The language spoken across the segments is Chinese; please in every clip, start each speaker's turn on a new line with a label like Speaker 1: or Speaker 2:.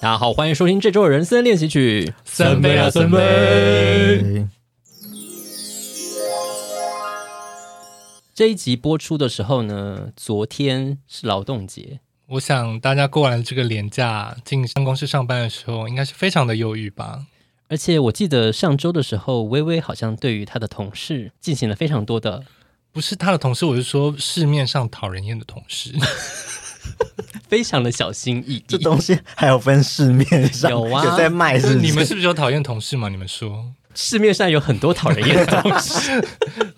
Speaker 1: 大家好，欢迎收听这周的人生练习曲。
Speaker 2: 三杯啊三杯！
Speaker 1: 这一集播出的时候呢，昨天是劳动节，
Speaker 2: 我想大家过完了这个年假，进办公室上班的时候，应该是非常的忧郁吧？
Speaker 1: 而且我记得上周的时候，微微好像对于她的同事进行了非常多的
Speaker 2: 不是他的同事，我是说市面上讨人厌的同事。
Speaker 1: 非常的小心翼
Speaker 3: 这
Speaker 1: 翼。
Speaker 3: 东西还有分市面上
Speaker 1: 有啊
Speaker 3: 在卖是 不
Speaker 2: 你们
Speaker 3: 是
Speaker 2: 是不是有讨厌同事吗？你们说，
Speaker 1: 市面上有很多讨人厌的东西，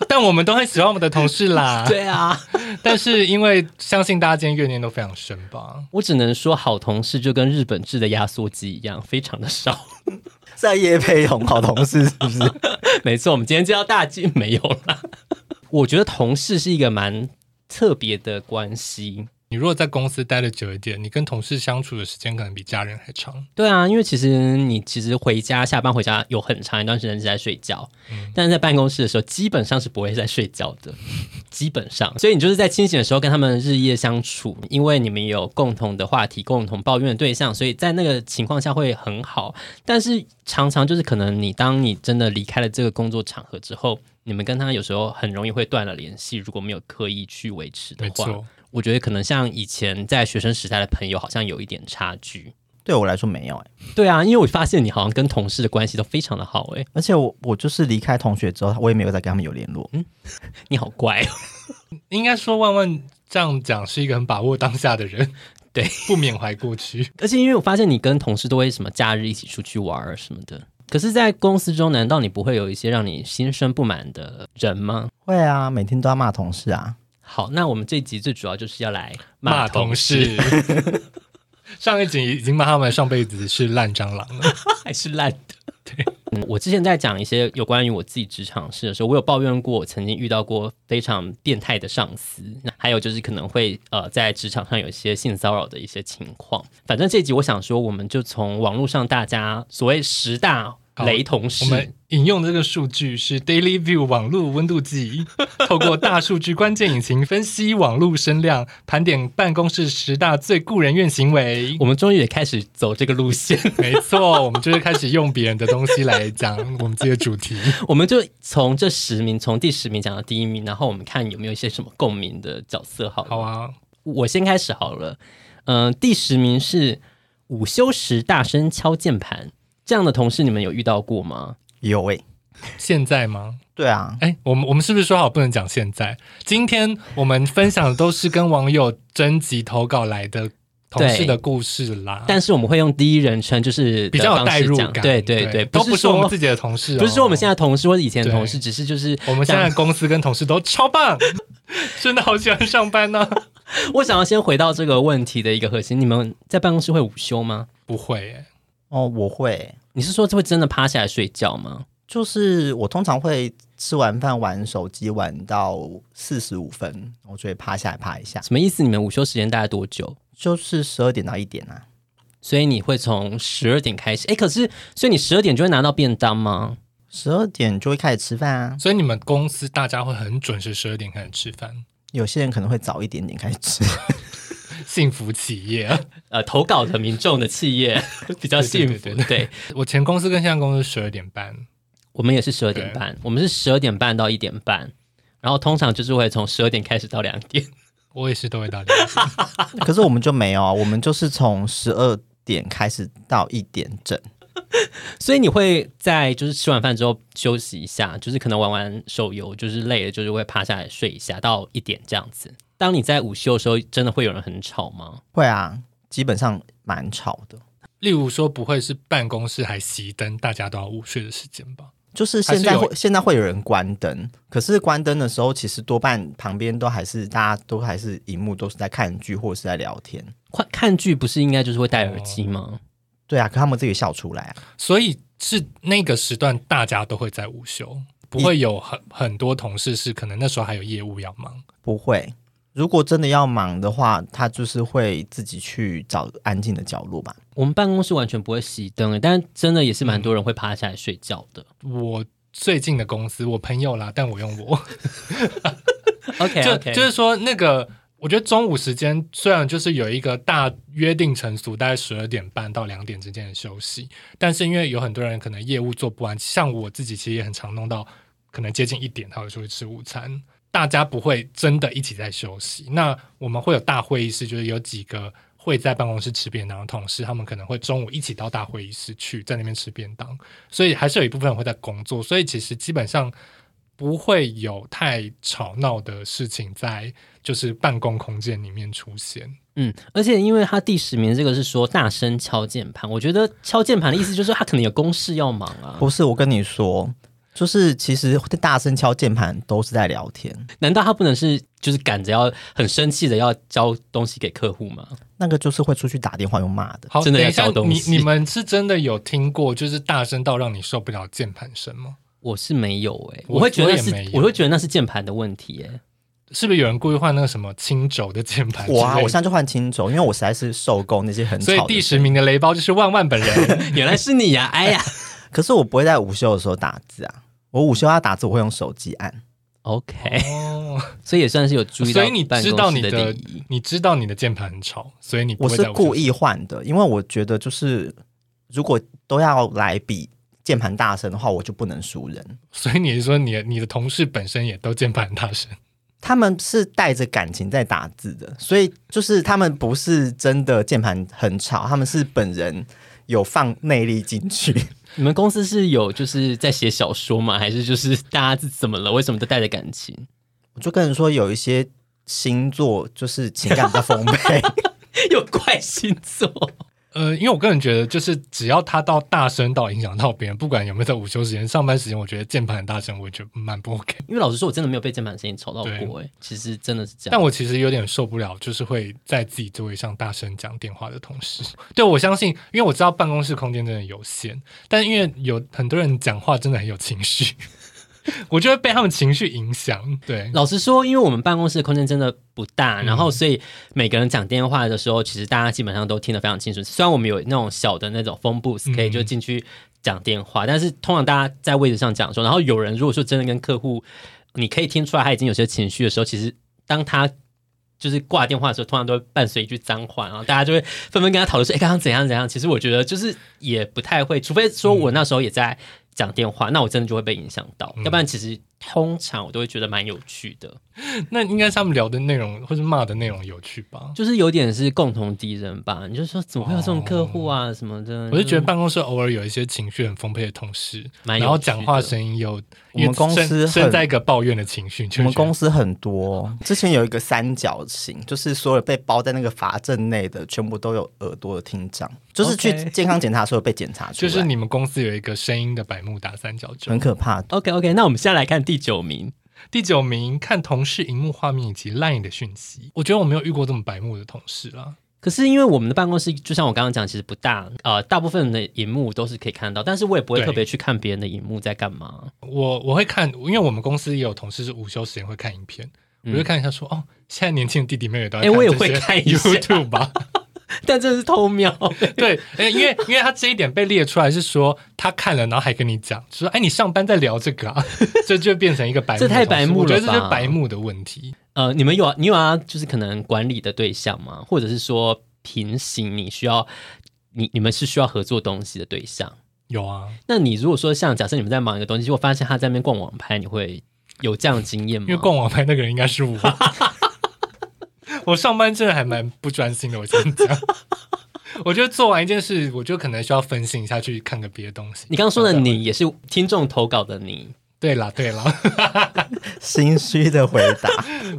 Speaker 2: 但我们都很喜欢我们的同事 啦。
Speaker 1: 对啊，
Speaker 2: 但是因为相信大家今天怨念都非常深吧？
Speaker 1: 我只能说好同事就跟日本制的压缩机一样，非常的少。
Speaker 3: 在夜配红好同事是不是？
Speaker 1: 没错，我们今天就要大进没有啦。我觉得同事是一个蛮特别的关系。
Speaker 2: 你如果在公司待的久一点，你跟同事相处的时间可能比家人还长。
Speaker 1: 对啊，因为其实你其实回家下班回家有很长一段时间是在睡觉，
Speaker 2: 嗯
Speaker 1: 但是在办公室的时候基本上是不会在睡觉的，基本上，所以你就是在清醒的时候跟他们日夜相处，因为你们有共同的话题、共同抱怨的对象，所以在那个情况下会很好。但是常常就是可能你当你真的离开了这个工作场合之后，你们跟他有时候很容易会断了联系，如果没有刻意去维持的
Speaker 2: 没
Speaker 1: 话，
Speaker 2: 错，
Speaker 1: 我觉得可能像以前在学生时代的朋友好像有一点差距。
Speaker 3: 对我来说没有哎、
Speaker 1: 对啊，因为我发现你好像跟同事的关系都非常的好哎诶、
Speaker 3: 而且我我就是离开同学之后，我也没有再跟他们有联络。
Speaker 1: 你好乖哦，
Speaker 2: 应该说万万这样讲是一个很把握当下的人，
Speaker 1: 对，
Speaker 2: 不缅怀过去。
Speaker 1: 而且因为我发现你跟同事都会什么假日一起出去玩儿什么的。可是，在公司中，难道你不会有一些让你心生不满的人吗？
Speaker 3: 会啊，每天都要骂同事啊。
Speaker 1: 好，那我们这集最主要就是要来
Speaker 2: 骂
Speaker 1: 同
Speaker 2: 同，事。 上一集已经骂他们上辈子是烂蟑螂 了，
Speaker 1: 还是烂的。 对、嗯我之前在讲一些有关于我自己职场事的时候，我有抱怨过，我曾经遇到过非常变态的上司，那还有就是可能会呃在职场上有一些性骚扰的一些情况。反正这集我想说，我们就从网络上大家所谓十大雷同
Speaker 2: 我们
Speaker 1: 事，
Speaker 2: 引用的这个数据是 Daily View 网络温度计， 透过大数据关键引擎分析网络声量，盘点办公室十大最雇人怨行为
Speaker 1: 我。们终于也开始走这个路线，
Speaker 2: 没错，我们就是开始用别人的东西来讲我们自己的主题。
Speaker 1: 我们就从这十名，从第十名讲到第一名，然后我们看有没有一些什么共鸣的角色好了。
Speaker 2: 好啊，
Speaker 1: 我先开始好了。嗯、第十名是午休时大声敲键盘，这样的同事你们有遇到过吗？
Speaker 3: 有哎、
Speaker 2: 现在吗？
Speaker 3: 对啊，
Speaker 2: 哎，我们我们是不是说好不能讲现在？今天我们分享的都是跟网友征集投稿来的同事
Speaker 1: 对
Speaker 2: 的故事啦。
Speaker 1: 但是我们会用第一人称，就是
Speaker 2: 啊比较有代入
Speaker 1: 的方式讲
Speaker 2: 感。
Speaker 1: 对对
Speaker 2: 对
Speaker 1: 对，
Speaker 2: 都不是
Speaker 1: 说
Speaker 2: 我们自己的同事、哦，
Speaker 1: 不是说我们现在同事或者以前的
Speaker 2: 对
Speaker 1: 同事，只是就是
Speaker 2: 我们现在公司跟同事都超 棒，真的好喜欢上班呢、
Speaker 1: 我想要先回到这个问题的一个核心：你们在办公室会午休吗？
Speaker 2: 不会耶、
Speaker 3: 哦，我会欸、
Speaker 1: 你是说会真的趴下来睡觉吗？
Speaker 3: 就是我通常会吃完饭玩手机玩到四十五分，我就会趴下来趴一下，
Speaker 1: 什么意思？你们午休时间大概多久？
Speaker 3: 就是十二点到一点啊。
Speaker 1: 所以你会从十二点开始？哎，可是所以你十二点就会拿到便当吗？
Speaker 3: 十二点就会开始吃饭啊，
Speaker 2: 所以你们公司大家会很准时十二点开始吃饭，
Speaker 3: 有些人可能会早一点点开始吃。
Speaker 2: 幸福企业 啊。
Speaker 1: 呃投稿的民众的企 业比较幸福。
Speaker 2: 对对对
Speaker 1: 对，
Speaker 2: 我前公司跟现在公司十二点半，
Speaker 1: 我们也是十二点半，我们是十二点半到一点半，然后通常就是会从十二点开始到两点。
Speaker 2: 我也是都会到两 点。
Speaker 3: 可是我们就没有啊，我们就是从十二点开始到一点整。
Speaker 1: 所以你会在就是吃完饭之后休息一下，就是可能玩玩手游，就是累了，就是会趴下来睡一下到一点这样子。当你在午休的时候，真的会有人很吵吗？
Speaker 3: 会啊，基本上蛮吵的。
Speaker 2: 例如说，不会是办公室还熄灯，大家都要午睡的时间吧？
Speaker 3: 就是现在
Speaker 2: 还是
Speaker 3: 会现在会有人关灯，可是关灯的时候，其实多半旁边都还是大家都还是荧幕都是在看剧或者是在聊天。
Speaker 1: 看看剧不是应该就是会戴耳机
Speaker 2: 哦
Speaker 1: 吗？
Speaker 3: 对啊，可他们自己笑出来啊。
Speaker 2: 所以是那个时段大家都会在午休，不会有很很多同事是可能那时候还有业务要忙。
Speaker 3: 不会，如果真的要忙的话，他就是会自己去找安静的角落吧。
Speaker 1: 我们办公室完全不会熄灯、欸，但真的也是蛮多人会趴下来睡觉 的。
Speaker 2: 我最近的公司，我朋友啦，但我用我
Speaker 1: 啊 OK，
Speaker 2: 就就是说那个我觉得中午时间虽然就是有一个大约定成俗，大概十二点半到两点之间的休息，但是因为有很多人可能业务做不完，像我自己其实也很常弄到可能接近一点，他会出去吃午餐。大家不会真的一起在休息，那我们会有大会议室，就是有几个会在办公室吃便当的同事，他们可能会中午一起到大会议室去，在那边吃便当，所以还是有一部分人会在工作，所以其实基本上不会有太吵闹的事情在就是办公空间里面出现。
Speaker 1: 嗯，而且因为他第十名这个是说大声敲键盘，我觉得敲键盘的意思就是他可能有公事要忙啊。
Speaker 3: 不是，我跟你说，就是其实大声敲键盘都是在聊天，
Speaker 1: 难道他不能是就是赶着要很生气的要交东西给客户吗？
Speaker 3: 那个就是会出去打电话又骂的。
Speaker 2: 好，
Speaker 1: 真的
Speaker 2: 等
Speaker 1: 要
Speaker 2: 一下
Speaker 1: 找，东
Speaker 2: 你
Speaker 1: 西
Speaker 2: 你们是真的有听过就是大声到让你受不了键盘声吗？
Speaker 1: 我是没有哎、
Speaker 2: 我
Speaker 1: 我会觉得那
Speaker 2: 我也
Speaker 1: 是
Speaker 2: 没有
Speaker 1: 我会觉得那是键盘的问题哎、
Speaker 2: 是不是有人故意换那个什么轻轴的键盘之类
Speaker 3: 我
Speaker 2: 的？
Speaker 3: 啊，我现在就换青轴，因为我实在是受够那些很
Speaker 2: 所以
Speaker 3: 吵
Speaker 2: 第
Speaker 3: 的。
Speaker 2: 十名的雷包就是万万本 人。
Speaker 1: 原来是你呀、哎 呀
Speaker 3: 可是我不会在午休的时候打字啊，我午休要打字，我会用手机按。
Speaker 1: ，OK，
Speaker 2: 哦，
Speaker 1: 所以也算是有哎注意到
Speaker 2: 所以你
Speaker 1: 办
Speaker 2: 知道
Speaker 1: 公
Speaker 2: 你
Speaker 1: 室
Speaker 2: 的
Speaker 1: 礼仪。，
Speaker 2: 你知道你的键盘很吵，所以你不
Speaker 3: 我
Speaker 2: 会
Speaker 3: 是
Speaker 2: 在
Speaker 3: 故
Speaker 2: 意。
Speaker 3: 意换的，因为我觉得就是如果都要来比键盘大声的话，我就不能输人。
Speaker 2: 所以你是说你的你的同事本身也都键盘很大声？
Speaker 3: 他们是带着感情在打字的，所以就是他们不是真的键盘很吵，他们是本人有放内力进 去。
Speaker 1: 你们公司是有就是在写小说吗？还是就是大家是怎么了？为什么都带着感情？
Speaker 3: 我就跟人说，有一些星座就是情感比较丰沛，
Speaker 1: 有怪星座。
Speaker 2: 呃，因为我个人觉得，就是只要他到大声到影响到别人，不管有没有在午休时间、上班时间，我觉得键盘很大声，我觉得蛮不 OK。
Speaker 1: 因为老实说，我真的没有被键盘声音吵到
Speaker 2: 对
Speaker 1: 过哎、其实真的是这样。
Speaker 2: 但我其实有点受不了，就是会在自己座位上大声讲电话的同事。对我相信，因为我知道办公室空间真的有限，但因为有很多人讲话真的很有情绪，我就会被他们情绪影响。对，
Speaker 1: 老实说，因为我们办公室的空间真的不大，然后所以每个人讲电话的时候，其实大家基本上都听得非常清楚。虽然我们有那种小的那种风 booth 可以
Speaker 2: 嗯
Speaker 1: 就进去讲电话，但是通常大家在位置上讲的时候，然后有人如果说真的跟客户，你可以听出来他已经有些情绪的时候，其实当他。就是挂电话的时候，通常都会伴随一句脏话，然后大家就会纷纷跟他讨论说：“哎、刚刚怎样怎样。”其实我觉得就是也不太会，除非说
Speaker 2: 嗯
Speaker 1: 我那时候也在讲电话，那我真的就会被影响到，要不然其实通常我都会觉得蛮有趣的。
Speaker 2: 那应该是他们聊的内容或是骂的内容有趣吧？
Speaker 1: 就是有点是共同敌人吧。你就说怎么会有这种客户啊、什么的？
Speaker 2: 哦我就觉得办公室偶尔有一些情绪很丰沛的同事，
Speaker 1: 蛮有趣的
Speaker 2: 然后讲话声音又，
Speaker 3: 我们公
Speaker 2: 因
Speaker 3: 司
Speaker 2: 为身
Speaker 3: 很
Speaker 2: 身在一个抱怨的情绪，
Speaker 3: 我们公
Speaker 2: 司
Speaker 3: 司很多。之前有一个三角形，就是所有被包在那个法阵内的，全部都有耳朵的听障，就是去
Speaker 1: OK
Speaker 3: 健康检查的时候被检查出
Speaker 2: 就
Speaker 3: 来，嗯
Speaker 2: 是你们公司有一个声音的百慕达三角洲
Speaker 3: 很。可怕的。
Speaker 1: OK OK，那我们现在来看第九名，
Speaker 2: 第九名，看同事荧幕画面以及 LINE 的讯息，我觉得我没有遇过这么白目的同事啦。
Speaker 1: 可是因为我们的办公室就像我刚刚讲，其实不大，呃，大部分的荧幕都是可以看到，但是我也不会
Speaker 2: 对
Speaker 1: 特别去看别人的荧幕在干嘛。
Speaker 2: 我我会看，因为我们公司也有同事是午休时间会看影片，
Speaker 3: 嗯
Speaker 2: 我就看一下说，哦，现在年轻的弟弟妹妹都在
Speaker 1: 哎我也
Speaker 2: 这些
Speaker 1: 会看一下
Speaker 2: YouTube 吧。
Speaker 1: 但这是偷瞄，
Speaker 2: 对，哎，因为因为他这一点被列出来是说他看了，然后还跟你讲，就说哎，你上班在聊这个啊， 这就变成一个白目
Speaker 1: 这
Speaker 2: 的同事，
Speaker 1: 太白目了
Speaker 2: 我觉得这
Speaker 1: 吧
Speaker 2: 是白目的问题。
Speaker 1: 呃，你们有你有啊，就是可能管理的对象吗？或者是说平行你需要你你们是需要合作东西的对象？
Speaker 2: 有啊，
Speaker 1: 那你如果说像假设你们在忙一个东西，结果发现他在那边逛网拍，你会有这样的经验吗？
Speaker 2: 因为逛网拍那个人应该是 我。我上班真的还蛮不专心的，我先讲。我觉得做完一件事，我就可能需要分心一下去看个别的东西。啊
Speaker 1: 你刚刚说的你也是听众投稿的你，
Speaker 2: 对啦对啦，
Speaker 3: 心虚的回答。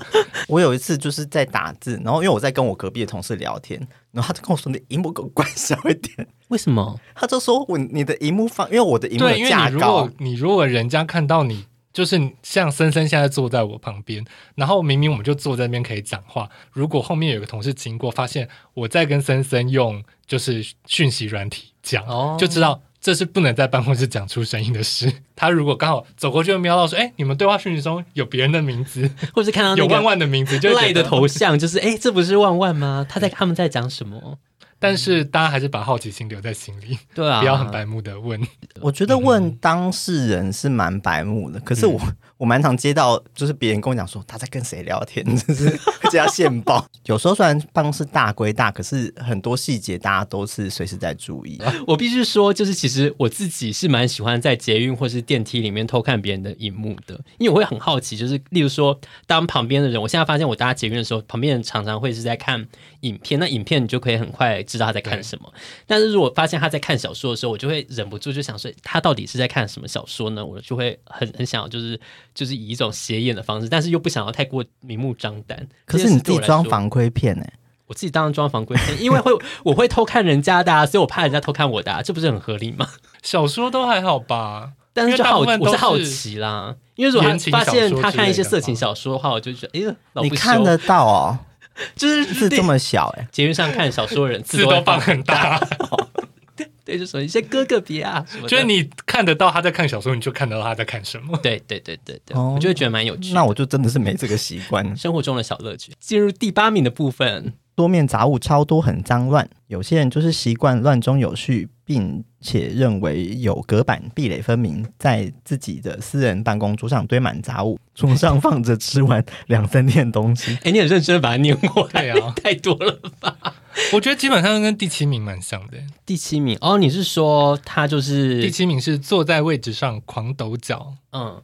Speaker 3: 我有一次就是在打字，然后因为我在跟我隔壁的同事聊天，然后他就跟我说：“你荧幕给我关小一点。
Speaker 1: 为什么？”
Speaker 3: 他就说：“我你的荧幕放，因为我的荧幕
Speaker 2: 对，因
Speaker 3: 有
Speaker 2: 为
Speaker 3: 架啊
Speaker 2: 你如果
Speaker 3: 高，
Speaker 2: 你如果人家看到你，就是像森森现在坐在我旁边，然后明明我们就坐在那边可以讲话，如果后面有个同事经过，发现我在跟森森用就是讯息软体讲，
Speaker 1: 哦
Speaker 2: 就知道。这是不能在办公室讲出声音的事。他如果刚好走过去就瞄到说：“哎，你们对话讯息中有别人的 名字，
Speaker 1: 或者是看哦到那
Speaker 2: 有
Speaker 1: 个
Speaker 2: 万万的名字，就会觉
Speaker 1: 赖
Speaker 2: 得
Speaker 1: 的头像，就是哎、诶这不是万万吗？他在他们在讲什么？
Speaker 2: 但是大家还是把好奇心留在心里，
Speaker 1: 对啊，
Speaker 2: 不要很白目的问。
Speaker 3: 我觉得
Speaker 1: 嗯
Speaker 3: 问当事人是蛮白目的，可是我、我蛮常接到，就是别人跟我讲说他在跟谁聊天，就是会接到线报。 有时候虽然办公室大归大，可是很多细节大家都是随时在注意。
Speaker 1: 我必须说，就是其实我自己是蛮喜欢在捷运或是电梯里面偷看别人的荧幕的，因为我会很好奇，就是例如说，当旁边的人，我现在发现我搭捷运的时候，旁边人常常会是在看影片，
Speaker 2: 嗯
Speaker 1: 那影片你就可以很快知道他在看什么。但是如果发现他在看小说的时候，我就会忍不住就想说，哎他到底是在看什么小说呢？我就会很 很想要就是就是以一种斜眼的方式，但是又不想要太过明目张胆。
Speaker 3: 可是
Speaker 1: 这件
Speaker 3: 你
Speaker 1: 事
Speaker 3: 自
Speaker 1: 对
Speaker 3: 己
Speaker 1: 我来
Speaker 3: 装
Speaker 1: 说
Speaker 3: 防窥片哎、
Speaker 1: 我自己当然装防窥片，因 为会我会偷看人家的、啊，所以我怕人家偷看我的、啊，这不是很合理吗？
Speaker 2: 小说都还好吧，
Speaker 1: 但
Speaker 2: 因
Speaker 1: 是
Speaker 2: 为
Speaker 1: 就
Speaker 2: 大
Speaker 1: 好，
Speaker 2: 部分
Speaker 1: 我
Speaker 2: 都
Speaker 1: 是好
Speaker 2: 是
Speaker 1: 奇啦，因为如果
Speaker 2: 言
Speaker 1: 他
Speaker 2: 情
Speaker 1: 发
Speaker 2: 小
Speaker 1: 现
Speaker 2: 说
Speaker 1: 他
Speaker 2: 之
Speaker 1: 看一
Speaker 2: 类
Speaker 1: 些
Speaker 2: 的
Speaker 1: 色情
Speaker 2: 吧
Speaker 1: 小说的话，我就觉得，哎呦，老
Speaker 3: 你
Speaker 1: 不
Speaker 3: 看
Speaker 1: 休
Speaker 3: 得到 哦，
Speaker 1: 就是
Speaker 3: 是这
Speaker 1: 对
Speaker 3: 么小哎、
Speaker 1: 捷运上看小说的人
Speaker 2: 字
Speaker 1: 都会
Speaker 2: 都放很大，
Speaker 1: 对，就说一些哥哥别啊什么的，
Speaker 2: 就是你看得到他在看小说，你就看得到他在看什么。
Speaker 1: 对对对对对，
Speaker 3: 哦
Speaker 1: 我就会觉得蛮有趣的。
Speaker 3: 那我就真的是没这个习惯。
Speaker 1: 生活中的小乐趣，进入第八名的部分，
Speaker 3: 桌面杂物超多，很脏乱。有些人就是习惯乱中有序，并且认为有隔板、壁垒分明，在自己的私人办公桌上堆满杂物， 桌上放着吃完两三天的东西。
Speaker 1: 哎，你很认真的把它念过来，
Speaker 2: 对啊
Speaker 1: 太多了。
Speaker 2: 我觉得基本上跟第七名蛮像的。
Speaker 1: 第七名哦，你是说他就是
Speaker 2: 第七名是坐在位置上狂抖脚，
Speaker 1: 嗯，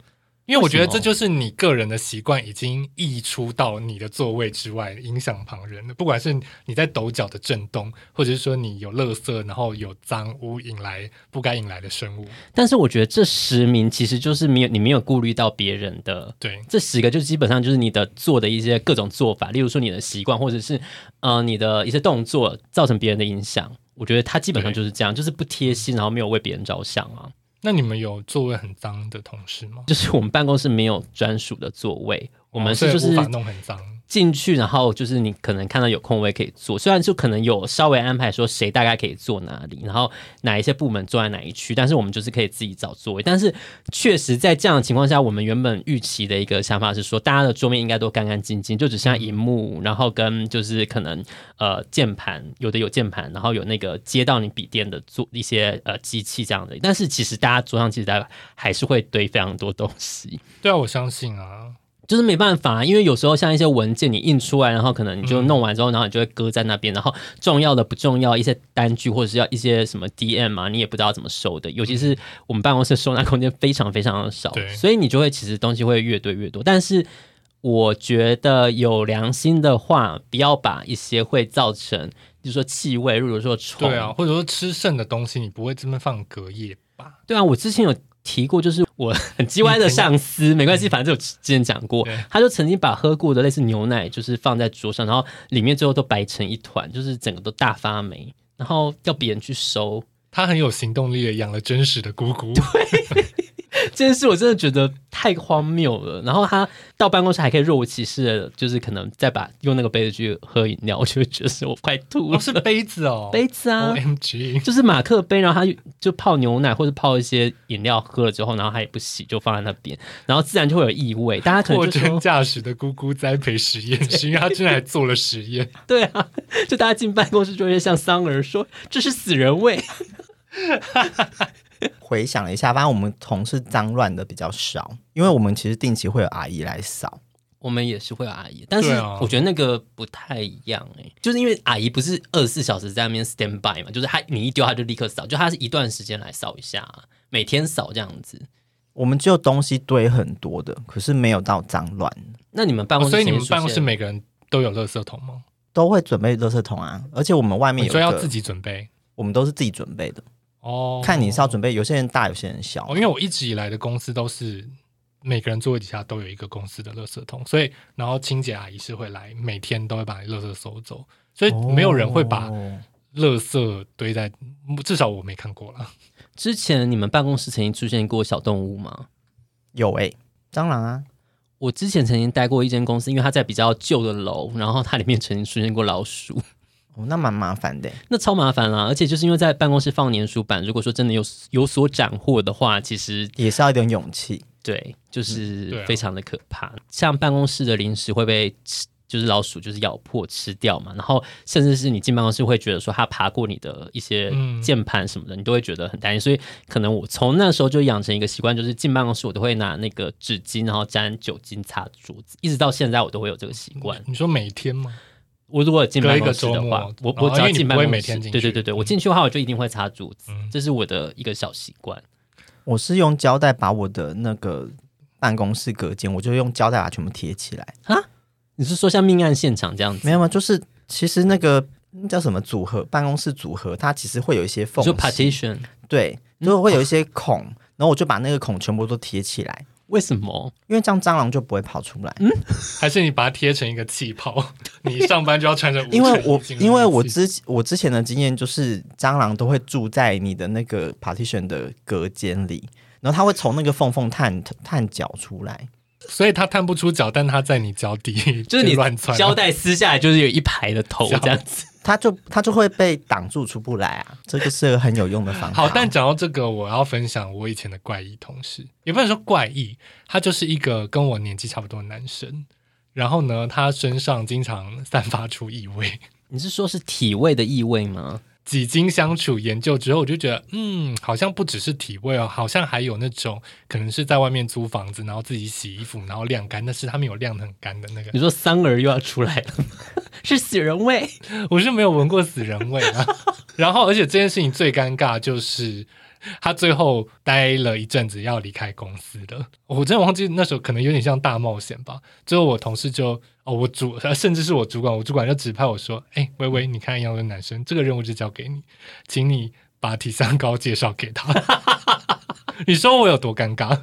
Speaker 2: 因为我觉得
Speaker 1: 为什
Speaker 2: 这
Speaker 1: 么
Speaker 2: 就是你个人的习惯已经溢出到你的座位之外，影响旁人了。不管是你在抖脚的震动，或者是说你有垃圾，然后有脏污引来不该引来的生物，
Speaker 1: 但是我觉得这十名其实就是没有你没有顾虑到别人的
Speaker 2: 对，
Speaker 1: 这十个就基本上就是你的做的一些各种做法，例如说你的习惯，或者是呃你的一些动作造成别人的影响。我觉得他基本上就是这样，就是不贴心，然后没有为别人着想啊。
Speaker 2: 那你们有座位很脏的同事吗？
Speaker 1: 就是我们办公室没有专属的座位，我们
Speaker 2: 哦
Speaker 1: 是就
Speaker 2: 所以
Speaker 1: 是
Speaker 2: 无法弄很脏。
Speaker 1: 进去，然后就是你可能看到有空位可以坐，虽然就可能有稍微安排说谁大概可以坐哪里，然后哪一些部门坐在哪一区，但是我们就是可以自己找座位。但是确实在这样的情况下，我们原本预期的一个想法是说，大家的桌面应该都干干净净，就只剩下荧幕，然后跟就是可能呃键盘，有的有键盘，然后有那个接到你笔电的做一些呃机器这样的。但是其实大家桌上其实大家还是会堆非常多东西。
Speaker 2: 对啊，我相信啊，
Speaker 1: 就是没办法，因为有时候像一些文件你印出来，然后可能你就弄完之后，然后你就会搁在那边，然后重要的不重要一些单据或者是要一些什么 DM 啊，你也不知道怎么收的。尤其是我们办公室收纳空间非常非常的少
Speaker 2: 对，
Speaker 1: 所以你就会其实东西会越堆越多。但是我觉得有良心的话，不要把一些会造成，比如说气味，如果说虫，
Speaker 2: 对啊，或者说吃剩的东西，你不会这么放隔夜吧？
Speaker 1: 对啊，我之前有提过，就是我很叽歪的上司，没关系，反正我之前讲过
Speaker 2: 对，
Speaker 1: 他就曾经把喝过的类似牛奶，就是放在桌上，然后里面最后都白成一团，就是整个都大发霉，然后要别人去收。
Speaker 2: 他很有行动力的养了真实的姑姑，
Speaker 1: 这件事我真的觉得太荒谬了。然后他到办公室还可以若无其事的，就是可能再把用那个杯子去喝饮料，我就会觉得我快吐了。
Speaker 2: 哦，是杯子哦，
Speaker 1: 杯子啊
Speaker 2: o m g
Speaker 1: 就是马克杯，然后他就泡牛奶或者泡一些饮料喝了之后，然后他也不洗，就放在那边，然后自然就会有异味。大家可
Speaker 2: 货
Speaker 1: 能就
Speaker 2: 真
Speaker 1: 说，
Speaker 2: 价实的姑姑栽培实 验，是因为他真的还做了实验。
Speaker 1: 对啊，就大家进办公室就会像桑儿说这是死人味。
Speaker 3: 回想了一下，发现我们同事脏乱的比较少，因为我们其实定期会有阿姨来扫。
Speaker 1: 我们也是会有阿姨，但是
Speaker 2: 对啊
Speaker 1: 我觉得那个不太一样哎、就是因为阿姨不是二十四小时在那边 stand by 嘛，就是她你一丢她就立刻扫，就她是一段时间来扫一下，每天扫这样子。
Speaker 3: 我们只有东西堆很多的，可是没有到脏乱，
Speaker 1: 那你们办公
Speaker 2: 哦
Speaker 1: 室、
Speaker 2: 所以你们办公室每个人都有垃圾桶吗？
Speaker 3: 都会准备垃圾桶啊。而且我们外面
Speaker 2: 你
Speaker 3: 有
Speaker 2: 说
Speaker 3: 一
Speaker 2: 要
Speaker 3: 个
Speaker 2: 自己准备
Speaker 3: 我们都是自己准备的，
Speaker 2: 哦？
Speaker 3: 看你是要准备，有些人大，有些人小。
Speaker 2: 哦，因为我一直以来的公司都是每个人座位底下都有一个公司的垃圾桶，所以然后清洁阿姨是会来，每天都会把垃圾收走，所以没有人会把
Speaker 3: 哦
Speaker 2: 垃圾堆在，至少我没看过啦。
Speaker 1: 之前你们办公室曾经出现过小动物吗？
Speaker 3: 有哎、蟑螂啊，
Speaker 1: 我之前曾经待过一间公司，因为它在比较旧的楼，然后它里面曾经出现过老鼠，
Speaker 3: 哦，那蛮麻烦的欸。
Speaker 1: 那超麻烦啦、而且就是因为在办公室放年鼠板，如果说真的有有所斩获的话，其实
Speaker 3: 也是要一点勇气。
Speaker 1: 对，就
Speaker 2: 对
Speaker 1: 是
Speaker 2: 啊
Speaker 1: 非常的可怕。像办公室的零食会被吃。就是老鼠就是咬破吃掉嘛，然后甚至是你进办公室会觉得说它爬过你的一些
Speaker 2: 嗯
Speaker 1: 键盘什么的，你都会觉得很担心。所以可能我从那时候就养成一个习惯，就是进办公室我都会拿那个纸巾，然后沾酒精擦桌子，一直到现在我都会有这个习惯。
Speaker 2: 你说每天吗？
Speaker 1: 我如果进办公室的
Speaker 2: 隔一个周
Speaker 1: 话
Speaker 2: 末，
Speaker 1: 我
Speaker 2: 哦
Speaker 1: 我只
Speaker 2: 因
Speaker 1: 要
Speaker 2: 为你
Speaker 1: 进
Speaker 2: 不
Speaker 1: 办
Speaker 2: 会
Speaker 1: 公室，
Speaker 2: 每天进去
Speaker 1: 对对对对，我进去的话我就一定会擦桌子，
Speaker 2: 嗯
Speaker 1: 这是我的一个小习惯。
Speaker 3: 我是用胶带把我的那个办公室隔间，我就用胶带把它全部贴起来。
Speaker 1: 你是说像命案现场这样子
Speaker 3: 没？有吗？啊就是其实那个那叫什么组合，办公室组合，它其实会有一些缝
Speaker 1: 就
Speaker 3: 隙，
Speaker 1: partition
Speaker 3: 对，就是会有一些孔，然后我就把那个孔全部都贴起来，
Speaker 1: 为什么？
Speaker 3: 因为这样蟑螂就不会跑出来。
Speaker 2: 还是你把它贴成一个气泡？ 你上班就要穿着无尘
Speaker 3: 因为我
Speaker 2: 进入
Speaker 3: 因为
Speaker 2: 那个
Speaker 3: 我
Speaker 2: 气
Speaker 3: 之我之前的经验就是，蟑螂都会住在你的那个 partition 的隔间里，然后它会从那个缝缝探探脚出来。
Speaker 2: 所以它探不出脚，但它在你脚底，
Speaker 1: 就是你
Speaker 2: 乱啊窜。
Speaker 1: 胶带撕下来，就是有一排的头这样子。
Speaker 3: 它就它就会被挡住出不来啊，这个是个很有用的方法。
Speaker 2: 好，但讲到这个，我要分享我以前的怪异同事，也不能说怪异，他就是一个跟我年纪差不多的男生。然后呢，他身上经常散发出异味。
Speaker 1: 你是说是体味的异味吗？
Speaker 2: 几经相处研究之后，我就觉得，嗯，好像不只是体味哦，好像还有那种可能是在外面租房子，然后自己洗衣服，然后晾干，但是他们有晾得很干的那个
Speaker 1: 你说桑儿又要出来了吗？ 是死人味。
Speaker 2: 我是没有闻过死人味啊。 然后，而且这件事情最尴尬就是，他最后待了一阵子要离开公司了。我真的忘记那时候可能有点像大冒险吧。最后我同事就哦，我主呃甚至是我主管，我主管就指派我说：“哎，微微，你看一样的男生，这个任务就交给你，请你把体三高介绍给他。” 你说我有多尴尬？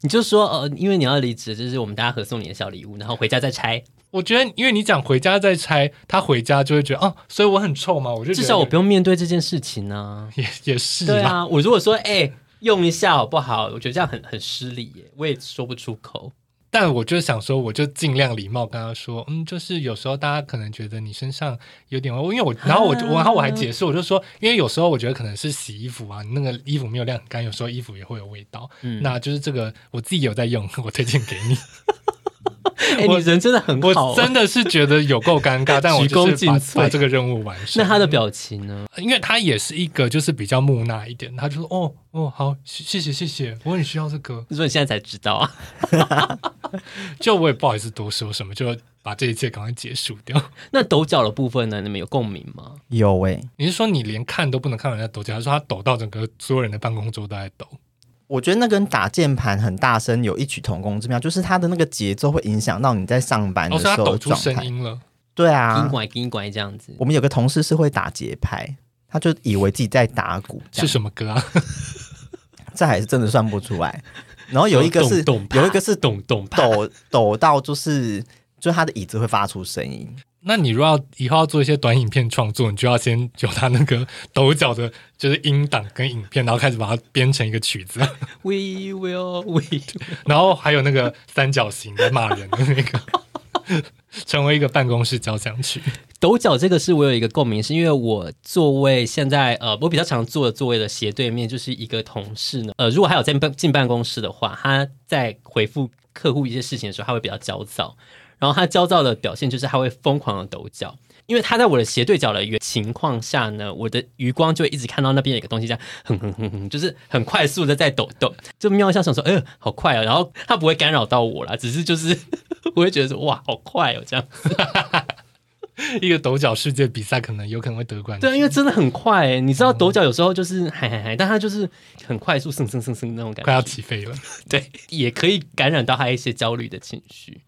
Speaker 1: 你就说呃，因为你要离职，这是我们大家合送你的小礼物，然后回家再拆。
Speaker 2: 我觉得，因为你讲回家再拆，他回家就会觉得哦，所以我很臭嘛，我就觉
Speaker 1: 至
Speaker 2: 得
Speaker 1: 少我不用面对这件事情啊呢、
Speaker 2: 也也是
Speaker 1: 对
Speaker 2: 啦。
Speaker 1: 啊，我如果说哎、用一下好不好？我觉得这样很很失礼耶，我也说不出口。
Speaker 2: 但我就想说，我就尽量礼貌跟他说，嗯，就是有时候大家可能觉得你身上有点味，因为我，然后我就，
Speaker 1: 啊
Speaker 2: 然后我还解释，我就说，因为有时候我觉得可能是洗衣服啊，你那个衣服没有晾很干，有时候衣服也会有味道。
Speaker 1: 嗯
Speaker 2: 那就是这个我自己有在用，我推荐给你。
Speaker 1: 哎、
Speaker 2: 我
Speaker 1: 你人真的 很好、
Speaker 2: 我
Speaker 1: 啊。
Speaker 2: 真的是觉得有够尴 尬，但我
Speaker 1: 鞠躬
Speaker 2: 就是把
Speaker 1: 尽瘁
Speaker 2: 把这个任务完成。
Speaker 1: 那他的表情呢？
Speaker 2: 因为他也是一个就是比较木讷一点，他就说，哦哦，好，谢谢谢谢，我很需要这个。
Speaker 1: 你说你现在才知道啊？
Speaker 2: 就我也不好意思多说什么，就把这一切赶快结束掉。
Speaker 1: 那抖脚的部分呢？你们有共鸣吗？
Speaker 3: 有欸诶、
Speaker 2: 你是说你连看都不能看人家抖脚，还是说他抖到整个所有人的办公桌都在抖？
Speaker 3: 我觉得那跟打键盘很大声有异曲同工之妙，就是它的那个节奏会影响到你在上班
Speaker 2: 哦，
Speaker 3: 的
Speaker 2: 所以他
Speaker 3: 时候
Speaker 2: 抖
Speaker 3: 的
Speaker 2: 出
Speaker 3: 状
Speaker 2: 声
Speaker 3: 态。
Speaker 2: 音了。
Speaker 3: 对
Speaker 1: 音
Speaker 3: 啊，
Speaker 1: 拐音拐这样子。
Speaker 3: 我们有个同事是会打节拍，他就以为自己在打鼓，这
Speaker 2: 是
Speaker 3: 样
Speaker 2: 什么歌啊？
Speaker 3: 这还是真的算不出来。然后有一个是
Speaker 1: 咚咚啪
Speaker 3: 有一个是
Speaker 1: 咚咚啪
Speaker 3: 抖抖到就是就他的椅子会发出声音，
Speaker 2: 那你如果要以后要做一些短影片创作，你就要先有他那个抖脚的，就是音档跟影片，然后开始把它编成一个曲子，
Speaker 1: We will we
Speaker 2: 然后还有那个三角形在骂人的那个， 成为一个办公室交响曲。
Speaker 1: 抖脚这个是我有一个共鸣，是因为我座位现在呃，我比较常坐的座位的斜对面就是一个同事呢。呃，如果还有在办进办公室的话，他在回复客户一些事情的时候，他会比较焦躁。然后他焦躁的表现就是他会疯狂的抖脚，因为他在我的斜对角的情况下呢，我的余光就会一直看到那边有一个东西这样哼哼哼哼，就是很快速的在抖动，就瞄一下想说，哎、呦，好快哦。然后他不会干扰到我啦，只是就是 我会觉得说，哇，好快哦，这样。
Speaker 2: 一个抖脚世界比赛可能有可能会得冠军。
Speaker 1: 对啊，因为真的很快、欸，你知
Speaker 2: 嗯
Speaker 1: 道抖脚有时候就是 嗨嗨嗨，但它就是很快速，蹭蹭蹭蹭那种感
Speaker 2: 快
Speaker 1: 觉，
Speaker 2: 要起飞了。
Speaker 1: 对，也可以感染到他一些焦虑的情绪。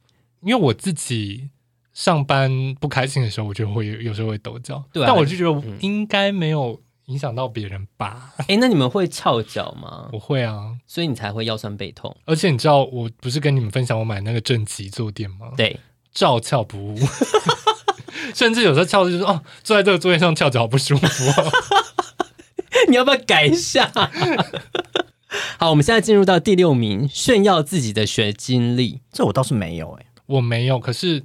Speaker 2: 因为我自己上班不开心的时候，我就会有有时候会抖脚，
Speaker 1: 对啊
Speaker 2: 但我就觉得应该没有影响到别人吧。
Speaker 1: 哎、那你们会翘脚吗
Speaker 2: 我？会啊，
Speaker 1: 所以你才会腰酸背痛。
Speaker 2: 而且你知道，我不是跟你们分享我买那个正极坐垫吗？，
Speaker 1: 对，
Speaker 2: 照翘不误。 甚至有时候翘就是说哦，坐在这个坐垫上翘脚好不舒服、哦。
Speaker 1: 你要不要改一下？ 好，我们现在进入到第六名，炫耀自己的学经历。
Speaker 3: 这我倒是没有诶、欸
Speaker 2: 我没有，可是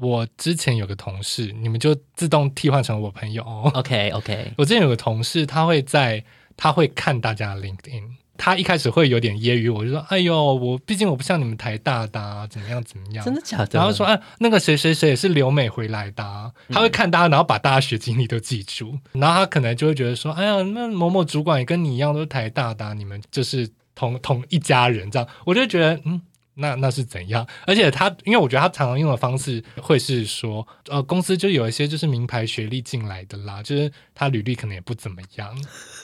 Speaker 2: 我之前有个同事，你们就自动替换成我朋友哦。
Speaker 1: OK OK，
Speaker 2: 我之前有个同事，他会在他会看大家的 LinkedIn，他一开始会有点揶揄我，就说：“哎呦，我毕竟我不像你们台大的、啊，怎么样怎么样。”
Speaker 1: 真的假的？
Speaker 2: 然后说，啊，那个谁谁谁也是留美回来的、啊，
Speaker 1: 嗯
Speaker 2: 他会看大家，然后把大家学经历都记住，然后他可能就会觉得说，哎呀，那某某主管也跟你一样都是台大的啊、你们就是同同一家人这样，我就觉得，嗯，那那是怎样？而且他，因为我觉得他常常用的方式会是说，呃，公司就有一些就是名牌学历进来的啦，就是他履历可能也不怎么样，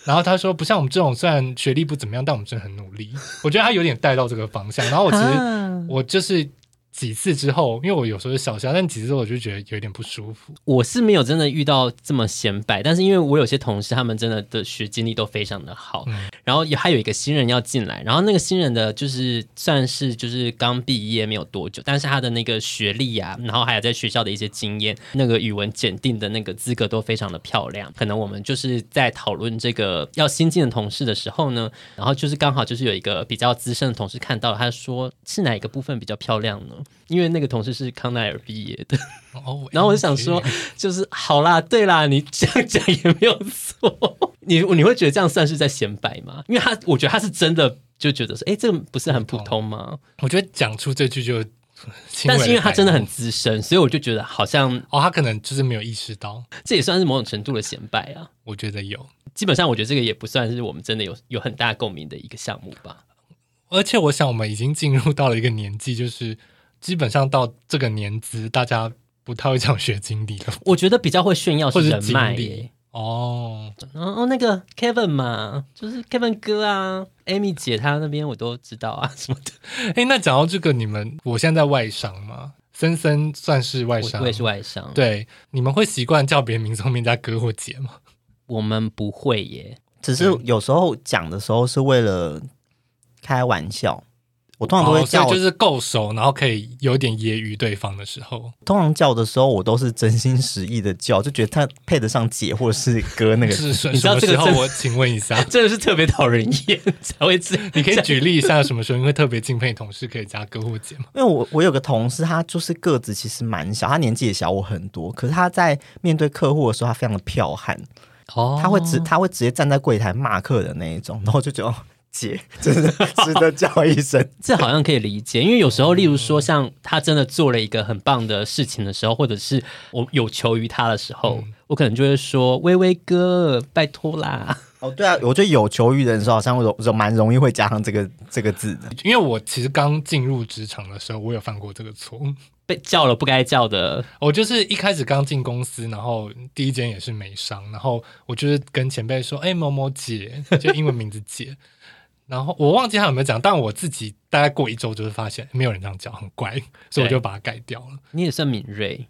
Speaker 2: 然后他说不像我们这种虽然学历不怎么样，但我们真的很努力，我觉得他有点带到这个方向，然后我其实。
Speaker 1: 啊
Speaker 2: 我就是几次之后，因为我有时候是小笑，但几次我就觉得有点不舒服。
Speaker 1: 我是没有真的遇到这么显摆，但是因为我有些同事他们真的的学经历都非常的好，
Speaker 2: 嗯
Speaker 1: 然后也还有一个新人要进来，然后那个新人的就是算是就是刚毕业没有多久，但是他的那个学历啊，然后还有在学校的一些经验，那个语文检定的那个资格都非常的漂亮。可能我们就是在讨论这个要新进的同事的时候呢，然后就是刚好就是有一个比较资深的同事看到了，他说是哪一个部分比较漂亮呢？因为那个同事是康奈尔毕业的。
Speaker 2: 哦
Speaker 1: 然后我就想说，就是好啦，对啦，你这样讲也没有错。你你会觉得这样算是在显摆吗？因为他，我觉得他是真的就觉得说，哎，这个不是很普通吗？
Speaker 2: 我觉得讲出这句就，
Speaker 1: 但是因为他真的很
Speaker 2: 轻
Speaker 1: 资深，所以我就觉得好像
Speaker 2: 微地带过哦，他可能就是没有意识到，
Speaker 1: 这也算是某种程度的显摆啊。
Speaker 2: 我觉得有。
Speaker 1: 基本上，我觉得这个也不算是我们真的有有很大共鸣的一个项目吧。
Speaker 2: 而且我想我们已经进入到了一个年纪，就是基本上到这个年资，大家不太会讲学经历了
Speaker 1: 我觉得比较会炫耀
Speaker 2: 或
Speaker 1: 是
Speaker 2: 者
Speaker 1: 人
Speaker 2: 经
Speaker 1: 脉、
Speaker 2: 历
Speaker 1: 耶。
Speaker 2: 哦。
Speaker 1: 然后、哦、那个 Kevin 嘛，就是 Kevin 哥啊，Amy 姐她那边我都知道啊什么的。
Speaker 2: 哎，那讲到这个，你们我现在在外商吗？森森算是外
Speaker 1: 我
Speaker 2: 商，
Speaker 1: 我也是外商，
Speaker 2: 对，你们会习惯叫别人名字后面加哥或姐吗？
Speaker 1: 我们不会耶。
Speaker 3: 只是有时候讲的时候是为了开玩笑，我通常都会
Speaker 2: 哦所以
Speaker 3: 叫，
Speaker 2: 就是够熟，然后可以有点揶揄对方的时候，
Speaker 3: 通常叫的时候我都是真心实意的叫，就觉得他配得上姐或者是 哥那个
Speaker 2: 是什
Speaker 1: 你知
Speaker 2: 什
Speaker 1: 道
Speaker 2: 么
Speaker 1: 这个
Speaker 2: 时候？
Speaker 1: 真，
Speaker 2: 我请问一下
Speaker 1: 真的是特别讨人厌才会这。
Speaker 2: 你可以举例一下什么时候你会特别敬佩你同事可以加哥或姐吗？
Speaker 3: 因为我我有个同事，他就是个子其实蛮小，他年纪也小我很多，可是他在面对客户的时候，他非常的剽悍，
Speaker 1: 哦
Speaker 3: 他会直他会直接站在柜台骂客人那一种，然后我就觉得。哦姐，真的值得叫一声。
Speaker 1: 这好像可以理解，因为有时候，例如说像他真的做了一个很棒的事情的时候，或者是我有求于他的时候，我可能就会说：“微微哥，拜托啦。
Speaker 3: 哦，对啊，我觉得有求于人的时候，好像容容蛮容易会加上这个这个字的。
Speaker 2: 因为我其实刚进入职场的时候，我有犯过这个错误。”
Speaker 1: 被叫了不该叫的，
Speaker 2: 我哦就是一开始刚进公司，然后第一间也是美商，然后我就是跟前辈说：“哎、某某姐，就英文名字姐。”然后我忘记他有没有讲，但我自己大概过一周就是发现没有人这样叫，很怪，所以我就把它改掉了。
Speaker 1: 你也算敏锐，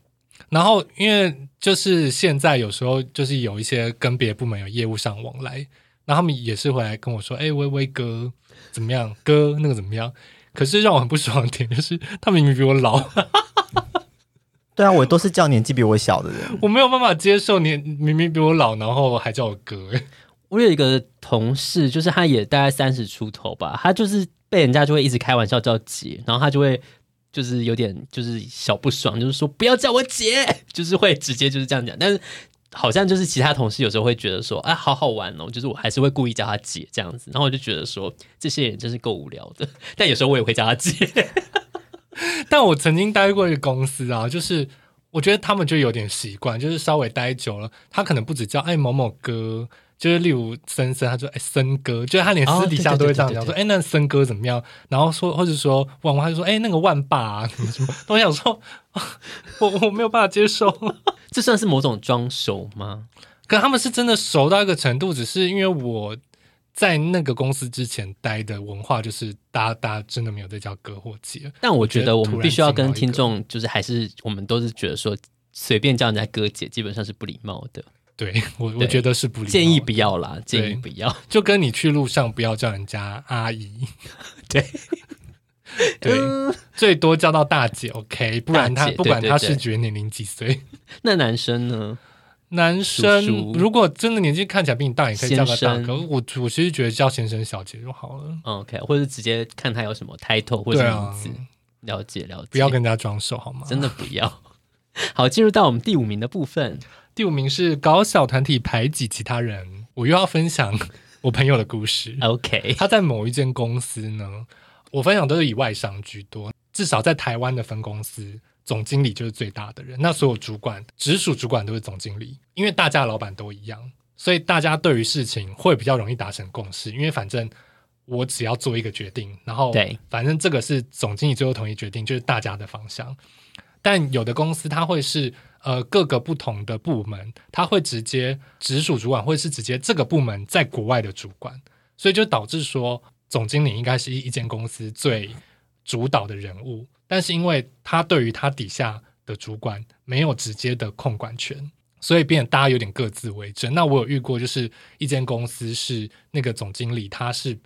Speaker 2: 然后因为就是现在有时候就是有一些跟别的部门有业务上往来，然后他们也是会来跟我说：“哎、微微哥怎么样？哥那个怎么样？”可是让我很不爽的点就是，他们明明比我老，
Speaker 3: 对啊，我都是叫年纪比我小的人。
Speaker 2: 我没有办法接受你明明比我老，然后还叫我哥。 哎
Speaker 1: 我有一个同事，就是他也大概三十出头吧，他就是被人家就会一直开玩笑叫姐，然后他就会就是有点就是小不爽，就是说不要叫我姐，就是会直接就是这样讲。但是好像就是其他同事有时候会觉得说，啊，好好玩哦，就是我还是会故意叫他姐这样子。然后我就觉得说，这些人真是够无聊的。 但有时候我也会叫他姐，
Speaker 2: 但我曾经待过一个公司啊，就是我觉得他们就有点习惯，就是稍微待久了，他可能不只叫哎某某哥，就是例如森森，他说哎森哥，就是他连私底下
Speaker 1: 哦
Speaker 2: 都
Speaker 1: 对对
Speaker 2: 会
Speaker 1: 对
Speaker 2: 这样讲，说哎那森哥怎么样，然后说或者说万万，他就说哎那个万爸、啊、什么什么，我想说， 我我没有办法接受。
Speaker 1: 这算是某种装熟吗？
Speaker 2: 可他们是真的熟到一个程度，只是因为我在那个公司之前待的文化就是大家大家真的没有在叫哥或姐，
Speaker 1: 但我觉得我
Speaker 2: 突
Speaker 1: 们
Speaker 2: 然
Speaker 1: 必须要
Speaker 2: 进到
Speaker 1: 跟
Speaker 2: 一
Speaker 1: 听
Speaker 2: 个
Speaker 1: 众，就是还是我们都是觉得说，随便叫人家哥姐基本上是不礼貌的。
Speaker 2: 对 我我
Speaker 1: 对
Speaker 2: 觉得是不礼貌的
Speaker 1: 建议不要啦，建
Speaker 2: 对
Speaker 1: 议不要。
Speaker 2: 就跟你去路上不要叫人家阿姨，
Speaker 1: 对 嗯
Speaker 2: 对，最多叫到大姐 OK，不然
Speaker 1: 大
Speaker 2: 他
Speaker 1: 姐
Speaker 2: 不管
Speaker 1: 对对
Speaker 2: 他
Speaker 1: 对
Speaker 2: 视觉年龄几 岁，
Speaker 1: 那男生呢？
Speaker 2: 男生
Speaker 1: 叔叔
Speaker 2: 如果真的年纪看起来比你大，你可以叫个大
Speaker 1: 先
Speaker 2: 哥。
Speaker 1: 生
Speaker 2: 我我其实觉得叫先生小姐就好了，
Speaker 1: 嗯 OK，或者直接看他有什么 title 或者
Speaker 2: 对
Speaker 1: 名
Speaker 2: 啊
Speaker 1: 字，，了解了解。
Speaker 2: 不要跟人家装熟好吗？
Speaker 1: 真的不要。 好，进入到我们第五名的部分。
Speaker 2: 第五名是搞小团体排挤其他人，我又要分享 我朋友的故事。
Speaker 1: 嗯 OK，
Speaker 2: 他在某一间公司呢，我分享都是以外商居多，至少在台湾的分公司，总经理就是最大的人。那所有主管、直属主管都是总经理，因为大家老板都一样，所以大家对于事情会比较容易达成共识。因为反正我只要做一个决定，然后
Speaker 1: 对
Speaker 2: 反正这个是总经理最后同意决定，就是大家的方向。但有的公司它会是呃各个不同的部门，它会直接直属主管，或者是直接这个部门在国外的主管，所以就导致说总经理应该是一一间公司最主导的人物，但是因为他对于他底下的主管没有直接的控管权。所以变得大家有点各自为政。那我有遇过，就是一间公司是那个总经理，他是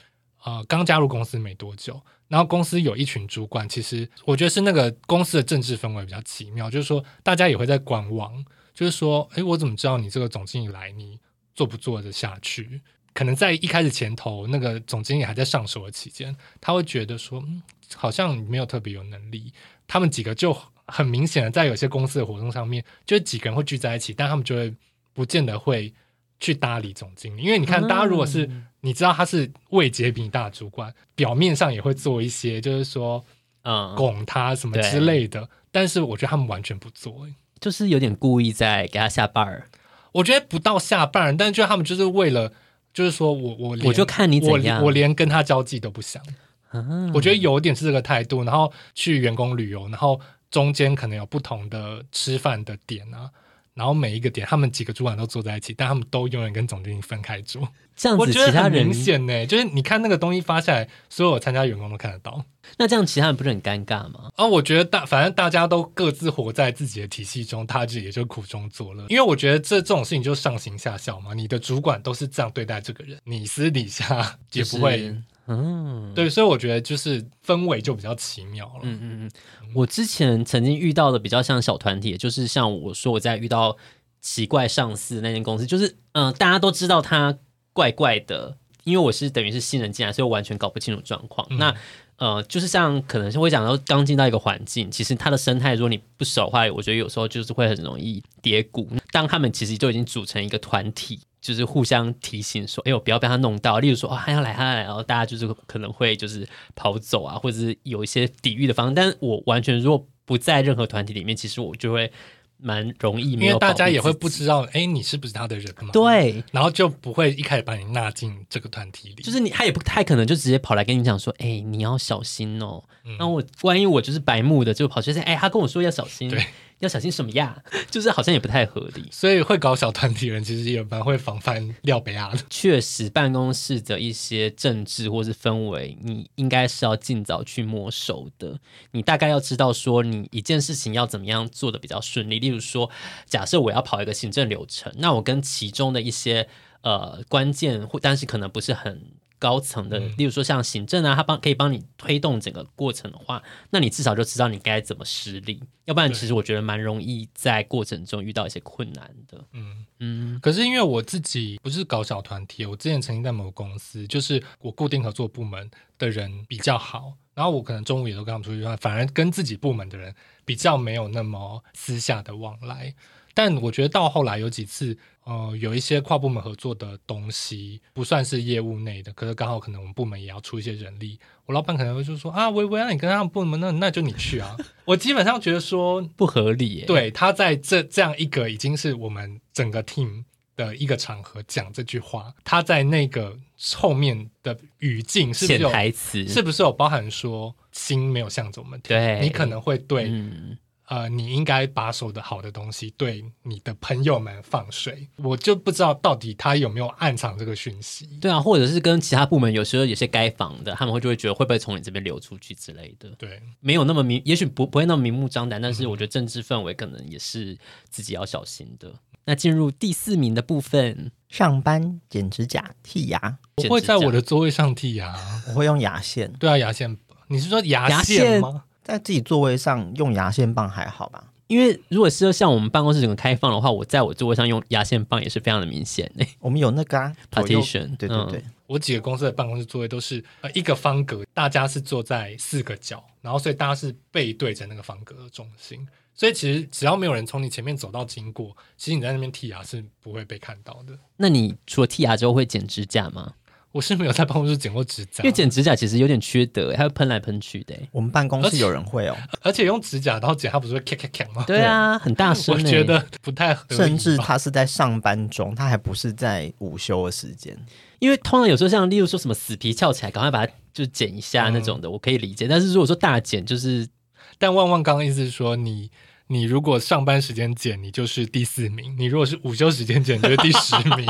Speaker 2: 呃刚加入公司没多久，然后公司有一群主管，其实我觉得是那个公司的政治氛围比较奇妙，就是说大家也会在观望，就是说，诶，我怎么知道你这个总经理来，你做不做得下去？可能在一开始前头，那个总经理还在上手的期间，他会觉得说，嗯，好像没有特别有能力。他们几个就很明显的在有些公司的活动上面，就是几个人会聚在一起，但他们就会不见得会去搭理总经理，因为你看，大家如果是、
Speaker 1: 嗯
Speaker 2: 你知道他是位阶比你大的主管，表面上也会做一些，就是说
Speaker 1: 嗯，
Speaker 2: 拱他什么
Speaker 1: 对
Speaker 2: 之类的，但是我觉得他们完全不做、欸
Speaker 1: 就是有点故意在给他下绊儿，
Speaker 2: 我觉得不到下半，但就他们就是为了，就是说我我连
Speaker 1: 我就看你
Speaker 2: 我
Speaker 1: 怎样
Speaker 2: 我连跟他交际都不想，
Speaker 1: 啊
Speaker 2: 我觉得有点是这个态度。然后去员工旅游，然后中间可能有不同的吃饭的点啊，然后每一个点他们几个主管都坐在一起，但他们都永远跟总经理分开坐。
Speaker 1: 这样
Speaker 2: 我
Speaker 1: 子，
Speaker 2: 觉
Speaker 1: 其
Speaker 2: 得
Speaker 1: 他
Speaker 2: 很
Speaker 1: 人
Speaker 2: 明显呢、就是你看那个东西发下来，所有参加员工都看得到。
Speaker 1: 那这样其他人不是很尴尬吗？
Speaker 2: 啊，我觉得大，反正大家都各自活在自己的体系中，他就也就苦中作乐。因为我觉得这这种事情就上行下效嘛，你的主管都是这样对待这个人，你私底下 也
Speaker 1: 就是
Speaker 2: 不会、
Speaker 1: 嗯，
Speaker 2: 对，所以我觉得就是氛围就比较奇妙了。
Speaker 1: 嗯嗯嗯，我之前曾经遇到的比较像小团体，就是像我说我在遇到奇怪上司那间公司，就是嗯、呃大家都知道他怪怪的，因为我是等于是新人进来，所以我完全搞不清楚状况。那呃，就是像可能是会讲到刚进到一个环境，其实它的生态，如果你不熟的话，我觉得有时候就是会很容易跌谷。当他们其实就已经组成一个团体，就是互相提醒说：“哎呦，不要被他弄到。”例如说：“哦，他要来，他要来。”然后大家就是可能会就是跑走啊，或者是有一些抵御的方式。但是我完全如果不在任何团体里面，其实我就会蛮容易没
Speaker 2: 因
Speaker 1: 有
Speaker 2: 为大
Speaker 1: 保护
Speaker 2: 家也会
Speaker 1: 自己
Speaker 2: 不知道，哎，你是不是他的人嘛？，
Speaker 1: 对，
Speaker 2: 然后就不会一开始把你纳进这个团体里。
Speaker 1: 就是你，他也不太可能就直接跑来跟你讲说，哎、你要小心哦。
Speaker 2: 嗯
Speaker 1: 然后我万一我就是白目的，就跑去说，哎、他跟我说要小心
Speaker 2: 对，
Speaker 1: 要小心什么呀？ 就是好像也不太合理。
Speaker 2: 所以会搞小团体的人，其实也蛮会防范廖北亚的。
Speaker 1: 确实，办公室的一些政治或是氛围，你应该是要尽早去摸熟的。你大概要知道说，你一件事情要怎么样做的比较顺利。例如说，假设我要跑一个行政流程，那我跟其中的一些呃关键或但是可能不是很高层的，例如说像行政啊，他帮可以帮你推动整个过程的话，那你至少就知道你该怎么施力。要不然，其实我觉得蛮容易在过程中遇到一些困难的。
Speaker 2: 嗯
Speaker 1: 嗯，
Speaker 2: 可是因为我自己不是搞小团体，我之前曾经在某公司，就是我固定合作部门的人比较好，然后我可能中午也都跟他们出去吃饭，反而跟自己部门的人比较没有那么私下的往来。但我觉得到后来有几次，呃，有一些跨部门合作的东西，不算是业务内的，可是刚好可能我们部门也要出一些人力，我老板可能会就说啊，微微，那你跟他们部门，那那就你去啊。我基本上觉得说，
Speaker 1: 不合理耶。
Speaker 2: 对他在这这样一个已经是我们整个 team 的一个场合讲这句话，他在那个后面的语境是不
Speaker 1: 潜
Speaker 2: 是有
Speaker 1: 台词
Speaker 2: 是不是有包含说心没有向着我们听？
Speaker 1: 对
Speaker 2: 你可能会对、
Speaker 1: 嗯，
Speaker 2: 呃，你应该把守的好的东西对你的朋友们放水，我就不知道到底他有没有暗藏这个讯息。
Speaker 1: 对啊，或者是跟其他部门有时候有些该防的，他们会就会觉得会不会从你这边流出去之类的，
Speaker 2: 对，
Speaker 1: 没有那么明，也许不不会那么明目张胆，但是我觉得政治氛围可能也是自己要小心的。那进入第四名的部分，
Speaker 3: 上班剪指甲、剃牙，
Speaker 2: 我
Speaker 1: 剪
Speaker 2: 会
Speaker 1: 指
Speaker 2: 在我
Speaker 1: 甲
Speaker 2: 的座位上剔牙。
Speaker 3: 我会用牙线，
Speaker 2: 对啊，牙线，你是说牙
Speaker 1: 牙线
Speaker 2: 吗？
Speaker 3: 在自己座位上用牙线棒还好吧？
Speaker 1: 因为如果是像我们办公室整个开放的话，我在我座位上用牙线棒也是非常的明显 诶、
Speaker 3: 我们有那个啊
Speaker 1: p a
Speaker 3: 左
Speaker 1: r t i
Speaker 3: 右
Speaker 1: t i o n
Speaker 3: 对对对，
Speaker 2: 我几个公司的办公室座位都是呃一个方格，大家是坐在四个角，然后所以大家是背对着那个方格的中心，所以其实只要没有人从你前面走到经过，其实你在那边剔牙是不会被看到的。
Speaker 1: 那你除了剔牙之后会剪指甲吗？
Speaker 2: 我是没有在办公室剪过指甲
Speaker 1: 因为，剪指甲其实有点缺德，它会喷来喷去的。
Speaker 3: 我们办公
Speaker 2: 而
Speaker 3: 室
Speaker 2: 且啊
Speaker 3: 有人会哦，
Speaker 2: 而且用指甲刀剪，它不是会咔咔咔吗？
Speaker 1: 对啊，很大声
Speaker 2: 我
Speaker 1: 欸。
Speaker 2: 觉得不太合理吧，
Speaker 3: 甚至他是在上班中，他还不是在午休的时间。
Speaker 1: 因为通常有时候像例如说什么死皮翘起来，赶快把它就是剪一下那种的，我可以理解。但是如果说大剪，就是
Speaker 2: 但旺旺刚刚意思是说你。你如果上班时间剪，你就是第四名；你如果是午休时间剪，你就是第十 名。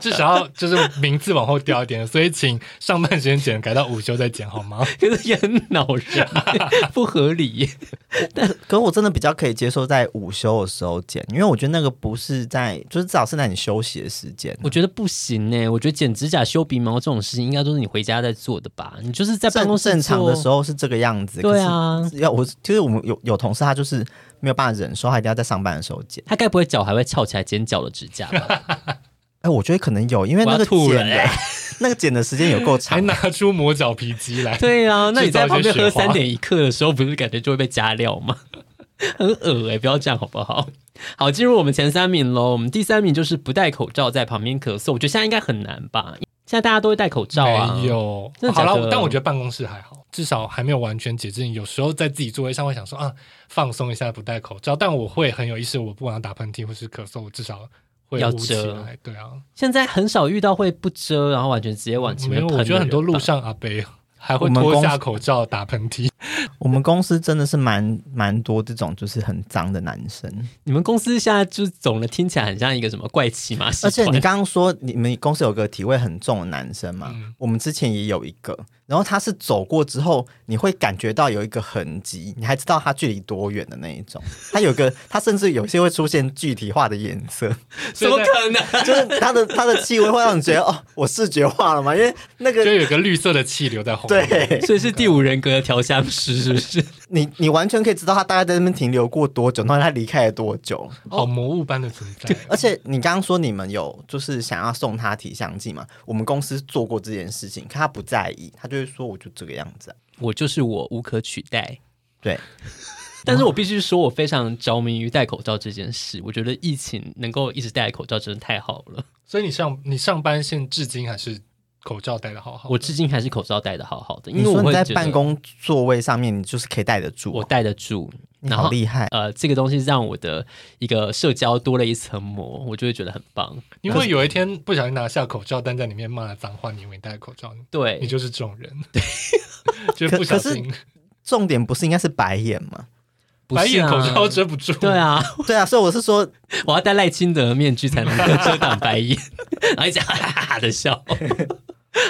Speaker 2: 至少要就是名次往后调一点，所以请上班时间剪改到午休再剪好 吗？
Speaker 1: 可是也很恼 人，不合理。
Speaker 3: 可我真的比较可以接受在午休的时候剪，因为我觉得那个不是在，就是至少是在你休息的时间。
Speaker 1: 我觉得不行呢、欸我觉得剪指甲、修鼻毛这种事情，应该都是你回家在做的吧？你就是在办公室
Speaker 3: 正正常的时
Speaker 1: 候，
Speaker 3: 候是这个样子，
Speaker 1: 对啊
Speaker 3: 可是要我就是我们有有同事他就是没有办法忍受，他一定要在上班的时候剪。
Speaker 1: 他该不会脚还会翘起来剪脚的指甲吧？
Speaker 3: 哎、我觉得可能有，因为那
Speaker 1: 我要
Speaker 3: 个
Speaker 1: 吐
Speaker 3: 剪
Speaker 1: 了哎
Speaker 3: 的、 那个剪的时间有够长
Speaker 2: 还，哎拿出磨脚皮机来，
Speaker 1: 对 啊，那你在旁边喝
Speaker 2: 制造一些雪花
Speaker 1: 三点一刻的时候，不是感觉就会被加料吗？ 很恶哎、不要这样好不好？好，进入我们前三名喽。我们第三名就是不戴口罩在旁边咳嗽，我觉得现在应该很难吧？现在大家都会戴口罩啊。
Speaker 2: 没有
Speaker 1: 真。的
Speaker 2: 好
Speaker 1: 假的
Speaker 2: 了，但我觉得办公室还好，至少还没有完全解禁。有时候在自己座位上会想说啊，放松一下，不戴口罩。但我会很有意识，我不管要打喷嚏或是咳嗽，我至少会
Speaker 1: 要
Speaker 2: 捂起
Speaker 1: 遮
Speaker 2: 来。对啊，
Speaker 1: 现在很少遇到会不遮，然后完全直接往前
Speaker 2: 没
Speaker 1: 面
Speaker 2: 有，
Speaker 1: 喷的人吧。
Speaker 2: 我觉得很多路上阿伯 还会
Speaker 3: 我们
Speaker 2: 脱
Speaker 3: 公
Speaker 2: 下
Speaker 3: 司
Speaker 2: 口罩打喷 嚏。
Speaker 3: 我们公司真的是蛮蛮多这种就是很脏的男生，
Speaker 1: 你们公司现在就是总的听起来很像一个什么怪奇马戏
Speaker 3: 而且
Speaker 1: 团，
Speaker 3: 你刚刚说你们公司有个体味很重的男生嘛，
Speaker 2: 嗯
Speaker 3: 我们之前也有一个，然后他是走过之后，你会感觉到有一个痕迹，你还知道他距离多远的那一 种。他有个，他甚至有些会出现具体化的颜 色，
Speaker 1: 怎么可能？
Speaker 3: 就是他的他的气味会让你觉得哦，我视觉化了嘛，因为那
Speaker 2: 就
Speaker 3: 个
Speaker 2: 有一个绿色的气流在后面。
Speaker 3: 对
Speaker 1: 所以是第五人格的调香师，是不是？
Speaker 3: 你你完全可以知道他大概在那边停留过多久，然后他离开了多久。
Speaker 2: 好魔物般的存在。
Speaker 3: 而且你刚刚说你们有就是想要送他体香剂嘛？我们公司做过这件事情，可他不在意，他就会说我就这个样子啊、
Speaker 1: 我就是我，无可取代。
Speaker 3: 对，
Speaker 1: 但是我必须说，我非常着迷于戴口罩这件事。我觉得疫情能够一直戴口罩，真的太好了。
Speaker 2: 所以你上你上班现至今还是口罩戴的好好的。
Speaker 1: 我至今还是口罩戴的好好的，因为
Speaker 3: 你说
Speaker 1: 我
Speaker 3: 你
Speaker 1: 会
Speaker 3: 在
Speaker 1: 觉
Speaker 3: 办
Speaker 1: 得
Speaker 3: 公座位上面，你就是可以戴得住
Speaker 1: 我
Speaker 3: 哦，
Speaker 1: 戴得住。
Speaker 3: 你
Speaker 1: 然
Speaker 3: 好
Speaker 1: 后
Speaker 3: 厉害。
Speaker 1: 呃，这个东西让我的一个社交多了一层膜，我就会觉得很棒。
Speaker 2: 因为有一天不小心拿下口罩，但在里面骂了脏话，你以为你戴口罩，
Speaker 1: 对
Speaker 2: 你，就是这种人。对， 就是不
Speaker 3: 可
Speaker 2: 小
Speaker 3: 可是
Speaker 2: 心
Speaker 1: 啊
Speaker 3: 重点不是应该是白眼吗？
Speaker 1: 不
Speaker 2: 白
Speaker 1: 是
Speaker 2: 眼
Speaker 1: 啊
Speaker 2: 口罩遮不住。
Speaker 1: 对，啊，
Speaker 3: 对啊，所以我是说，
Speaker 1: 我要戴赖清德的面具才能够遮挡白眼， 然后一直哈哈哈哈的笑。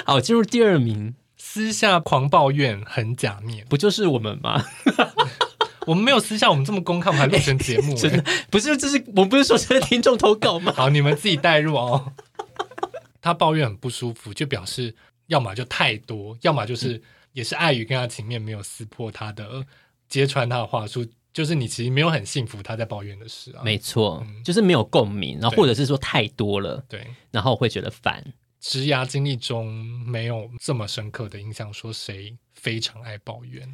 Speaker 1: 好，进入第二名，
Speaker 2: 私下狂抱怨很假面，
Speaker 1: 不就是我们吗？
Speaker 2: 我们没有私下，我们这么公开，我们还录成节目、
Speaker 1: 真的不是，这是我不是说这是听众投稿吗？
Speaker 2: 好，你们自己代入哦。 他抱怨很不舒服，就表示要么就太多，要么就是也是碍于跟他情面没有撕破他的揭穿他的话术，就是你其实没有很幸福他在抱怨的事啊。
Speaker 1: 没错
Speaker 2: 嗯，
Speaker 1: 就是没有共鸣，然后
Speaker 2: 对
Speaker 1: 或者是说太多了，
Speaker 2: 对，
Speaker 1: 然后会觉得烦。
Speaker 2: 职涯经历中没有这么深刻的印象，说谁非常爱抱怨。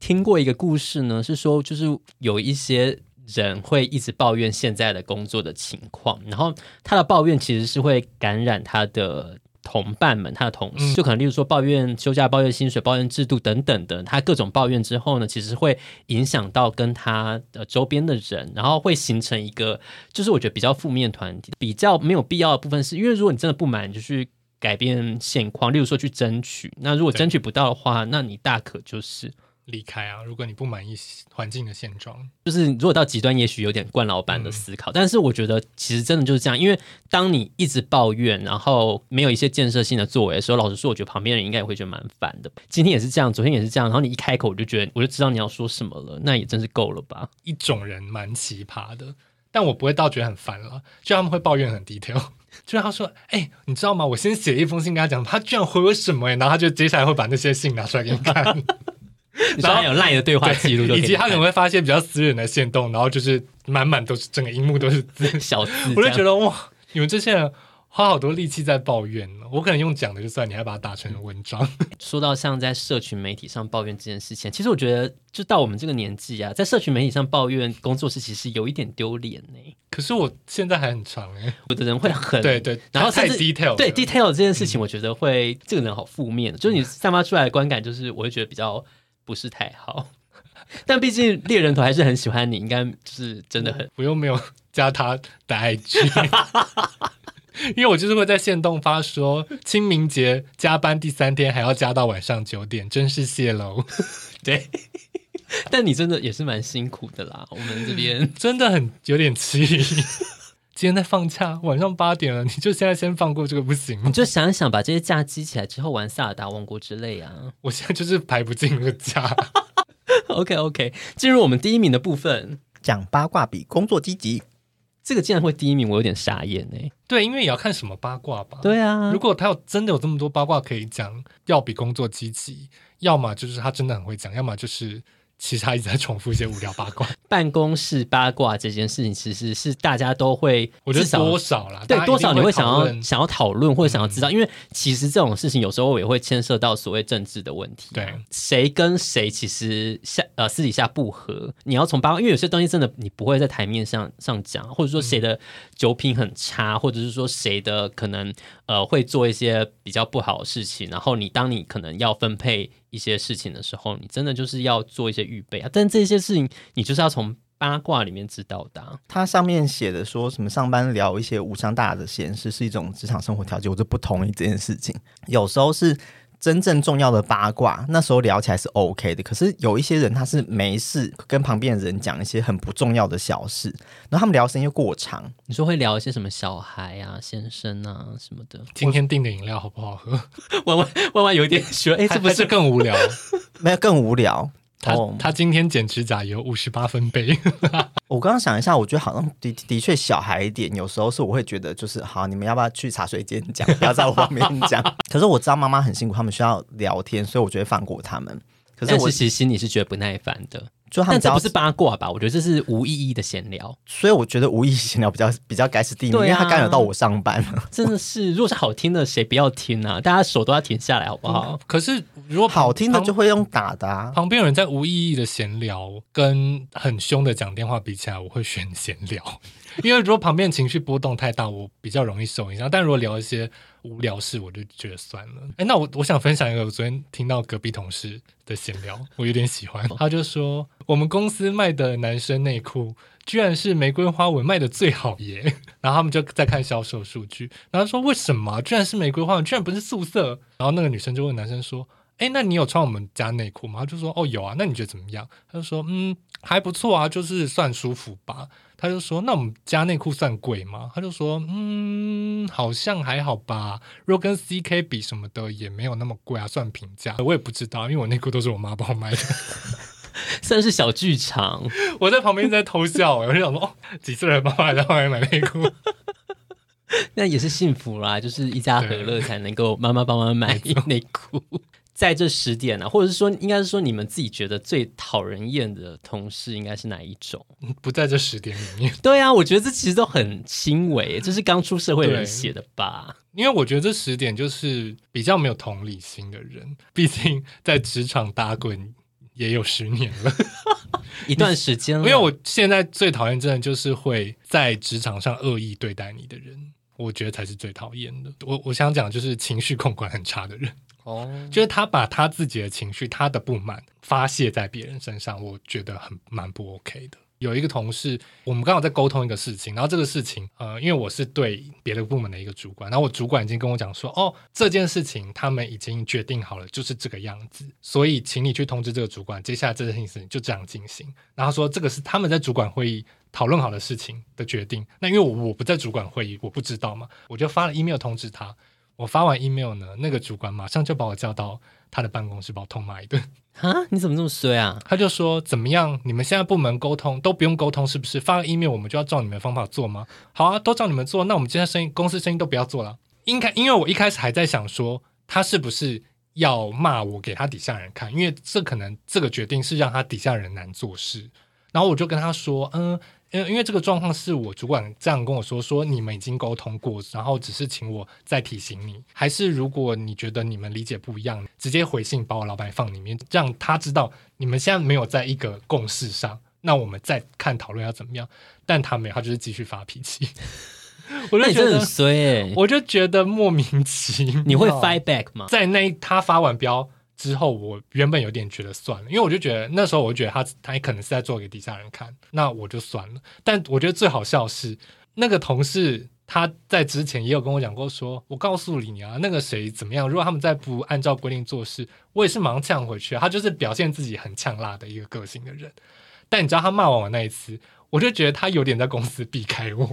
Speaker 1: 听过一个故事呢，是说就是有一些人会一直抱怨现在的工作的情况，然后他的抱怨其实是会感染他的。同伴们，他的同事，
Speaker 2: 嗯
Speaker 1: 就可能例如说抱怨休假、抱怨薪水、抱怨制度等等的，他各种抱怨之后呢，其实会影响到跟他的周边的人，然后会形成一个，就是我觉得比较负面团体，比较没有必要的部分是，因为如果你真的不满，你就去改变现况，例如说去争取。那如果
Speaker 2: 对
Speaker 1: 争取不到的话，那你大可就是
Speaker 2: 离开啊！如果你不满意环境的现状，
Speaker 1: 就是如果到极端，也许有点惯老板的
Speaker 2: 嗯
Speaker 1: 思考，但是我觉得其实真的就是这样，因为当你一直抱怨，然后没有一些建设性的作为的时候，老实说，我觉得旁边人应该也会觉得蛮烦的。今天也是这样，昨天也是这样，然后你一开口我就觉得我就知道你要说什么了，那也真是够了 吧？
Speaker 2: 一种人蛮奇葩的，但我不会到觉得很烦了，就他们会抱怨很低调。 就是他说：“哎、你知道吗？我先写一封信跟他讲，他居然回我什么、欸？然后他就接下来会把那些信拿出来给你 看，
Speaker 1: 你说还有赖的对话记录都可
Speaker 2: 以及
Speaker 1: 以
Speaker 2: 他
Speaker 1: 看，
Speaker 2: 可能会发现比较私人的 线动，然后就是满满都是整个荧幕都是字。
Speaker 1: 小字，
Speaker 2: 我就觉得哇，你们这些人花好多力气在抱怨哦。我可能用讲的就算，你还把它打成文 章。
Speaker 1: 说到像在社群媒体上抱怨这件事情，其实我觉得，就到我们这个年纪啊，在社群媒体上抱怨工作室，其实有一点丢脸呢。
Speaker 2: 可是我现在还很长哎，
Speaker 1: 有的人会很
Speaker 2: 对对，
Speaker 1: 然后
Speaker 2: 太
Speaker 1: 甚至
Speaker 2: detail 了
Speaker 1: 对 detail 嗯这件事情，我觉得会、这个人好负面，哦就是你散发出来的观感，就是我会觉得比较不是太好。 但毕竟猎人头还是很喜欢你，应该就是真的很
Speaker 2: 我又没有 加他的 IG，因为我就是会在线动发说清明节加班第三天还要加到晚上九点，真是谢喽，
Speaker 1: 对。但你真的也是蛮辛苦的啦，我们这边
Speaker 2: 真的很有点凄厉。 今天在放假，晚上八点了，你就现在先放过这个不行吗
Speaker 1: 你？就想一想，把这些假积起来之后，玩《萨尔达王国》之类 啊。
Speaker 2: 我现在就是排不进那个假。
Speaker 1: OK OK，进入我们第一名的部分，
Speaker 3: 讲八卦比工作积极。
Speaker 1: 这个竟然会第一名，我有点傻眼哎、
Speaker 2: 对，因为也要看什么八卦吧。
Speaker 1: 对啊
Speaker 2: 如，果他有真的有这么多八卦可以讲，要比工作积极，要么就是他真的很会讲，要么就是其实他一直在重复一些无聊八卦。
Speaker 1: 办公室八卦这件事情，其实是大家都会，
Speaker 2: 我觉
Speaker 1: 至
Speaker 2: 得
Speaker 1: 少
Speaker 2: 多少啦，大
Speaker 1: 对
Speaker 2: 家
Speaker 1: 多少
Speaker 2: 一
Speaker 1: 你
Speaker 2: 定
Speaker 1: 会
Speaker 2: 会
Speaker 1: 想
Speaker 2: 讨
Speaker 1: 要
Speaker 2: 论嗯
Speaker 1: 想要讨论或者想要知道，因为其实这种事情有时候也会牵涉到所谓政治的问题、啊
Speaker 2: 对，
Speaker 1: 谁跟谁其实下呃私底下不和，你要从八卦，因为有些东西真的你不会在台面上上讲，或者说
Speaker 2: 嗯
Speaker 1: 谁的酒品很差，或者是说谁的可能呃会做一些比较不好的事情，然后你当你可能要分配一些事情的时候，你真的就是要做一些预备啊，但这些事情你就是要从八卦里面知道的啊、
Speaker 3: 它上面写的说什么上班聊一些无伤大雅的闲事是一种职场生活调节，我就不同意这件事情。有时候是真正重要的八卦，那时候聊起来是 OK 的。可是有一些人他是没事跟旁边的人讲一些很不重要的小事，然后他们聊时间又过长，
Speaker 1: 你说会聊一些什么小孩啊、先生啊什么的，
Speaker 2: 今天订的饮料好不好喝？
Speaker 1: 弯弯弯弯有点说， 哎、
Speaker 2: 还
Speaker 1: 这不
Speaker 2: 还
Speaker 1: 是
Speaker 2: 更无聊？
Speaker 3: 没有更无聊。
Speaker 2: 他
Speaker 3: 哦
Speaker 2: 他今天剪指甲有五十八分贝，
Speaker 3: 我刚刚想一下，我觉得好像的的确小孩一点，有时候是我会觉得就是好，你们要不要去茶水间讲，不要在我面 讲。可是我知道妈妈很辛苦，他们需要聊天，所以我就会放过他们。可是
Speaker 1: 但
Speaker 3: 我
Speaker 1: 是其实心里是觉得不耐烦的，
Speaker 3: 就
Speaker 1: 但
Speaker 3: 他们只
Speaker 1: 这
Speaker 3: 要
Speaker 1: 不是八卦吧？我觉得这是无意义的闲 聊，
Speaker 3: 所以我觉得无意义闲聊比较 比较该是第一名，
Speaker 1: 对啊
Speaker 3: 因为他干扰到我上班 了。
Speaker 1: 真的是，如果是好听的，谁不要听啊？大家手都要停下来，好不好？
Speaker 2: 可是如果
Speaker 3: 好听的就
Speaker 2: 旁
Speaker 3: 会用打的、啊，
Speaker 2: 旁边有人在无意义的闲聊，跟很凶的讲电话比起来，我会选闲聊， 因为如果旁边情绪波动太大，我比较容易受影响。但如果聊一些无聊事，我就觉得算了。哎，那我我想分享一个我昨天听到隔壁同事的闲聊，我有点喜欢。他就说，我们公司卖的男生内裤。居然是玫瑰花纹卖的最好耶！ 然后他们就在看销售数据，然后说为什么啊居然是玫瑰花纹，居然不是素色？然后那个女生就问男生说：“哎，那你有穿我们家内裤吗？他就说哦有啊，那你觉得怎么样？他就说嗯还不错啊，就是算舒服吧。他就说那我们家内裤算贵吗？他就说嗯好像还好吧，如果跟 CK 比什么的也没有那么贵啊，算平价。我也不知道，因为我内裤都是我妈帮我买的，
Speaker 3: 嗯
Speaker 1: 算是小剧场，
Speaker 2: 我在旁边一直在偷笑，我就想说哦几岁的妈妈还在外面买内裤，
Speaker 1: 那也是幸福啦，就是一家和乐才能够妈妈帮忙买内裤。在这十点啊，或者是说，应该是说你们自己觉得最讨人厌的同事应该是哪一种？
Speaker 2: 不在这十点里面。
Speaker 1: 对啊，我觉得这其实都很轻微，这是刚出社会的人
Speaker 2: 对
Speaker 1: 写的吧？
Speaker 2: 因为我觉得这十点就是比较没有同理心的人，毕竟在职场打滚也有十年了。
Speaker 1: 一段时间了，
Speaker 2: 因为我现在最讨厌真的就是会在职场上恶意对待你的人，我觉得才是最讨厌的。我我想讲就是情绪控管很差的人，
Speaker 1: 哦，
Speaker 2: 就是他把他自己的情绪、他的不满发泄在别人身上，我觉得很蛮不 OK 的。有一个同事，我们刚好在沟通一个事情，然后这个事情，呃，因为我是对别的部门的一个主管，然后我主管已经跟我讲说，哦，这件事情他们已经决定好了，就是这个样子，所以请你去通知这个主管，接下来这件事情就这样进行。然后说这个是他们在主管会议讨论好的事情的决定，那因为我我不在主管会议，我不知道嘛，我就发了 email 通知他，我发完 email 呢，那个主管马上就把我叫到他的办公室，把我痛骂一顿。
Speaker 1: 啊，你怎么这么衰啊？
Speaker 2: 他就说：“怎么样？你们现在部门沟通都不用沟通，是不是？发了 email 我们就要照你们的方法做吗？好啊，都照你们做。那我们今天生意公司生意都不要做了。应该因为我一开始还在想说，他是不是要骂我给他底下人看？因为这可能这个决定是让他底下人难做事。然后我就跟他说：，嗯，哎、因为因为这个状况是我主管这样跟我说，说你们已经沟通过，然后只是请我再提醒你，还是如果你觉得你们理解不一样，直接回信把我老板放里面，让他知道你们现在没有在一个共识上，那我们再看讨论要怎么样。但他没有，他就是继续发脾气。 我
Speaker 1: 那
Speaker 2: 就
Speaker 1: 你
Speaker 2: 觉
Speaker 1: 真的很
Speaker 2: 得，
Speaker 1: 衰哎、
Speaker 2: 我就觉得莫名其妙。
Speaker 1: 你会 fight back 吗？
Speaker 2: 在那一他发完标之后，我原本有点觉得算了，因为我就觉得那时候我就觉得他他可能是在做给底下人看，那我就算了。但我觉得最好笑是那个同事。他在之前也有跟我讲过说，我告诉你啊，那个谁怎么样？如果他们再不按照规定做事，我也是马上呛回去啊。他就是表现自己很呛辣的一个个性的人。但你知道他骂完我那一次，我就觉得他有点在公司避开我。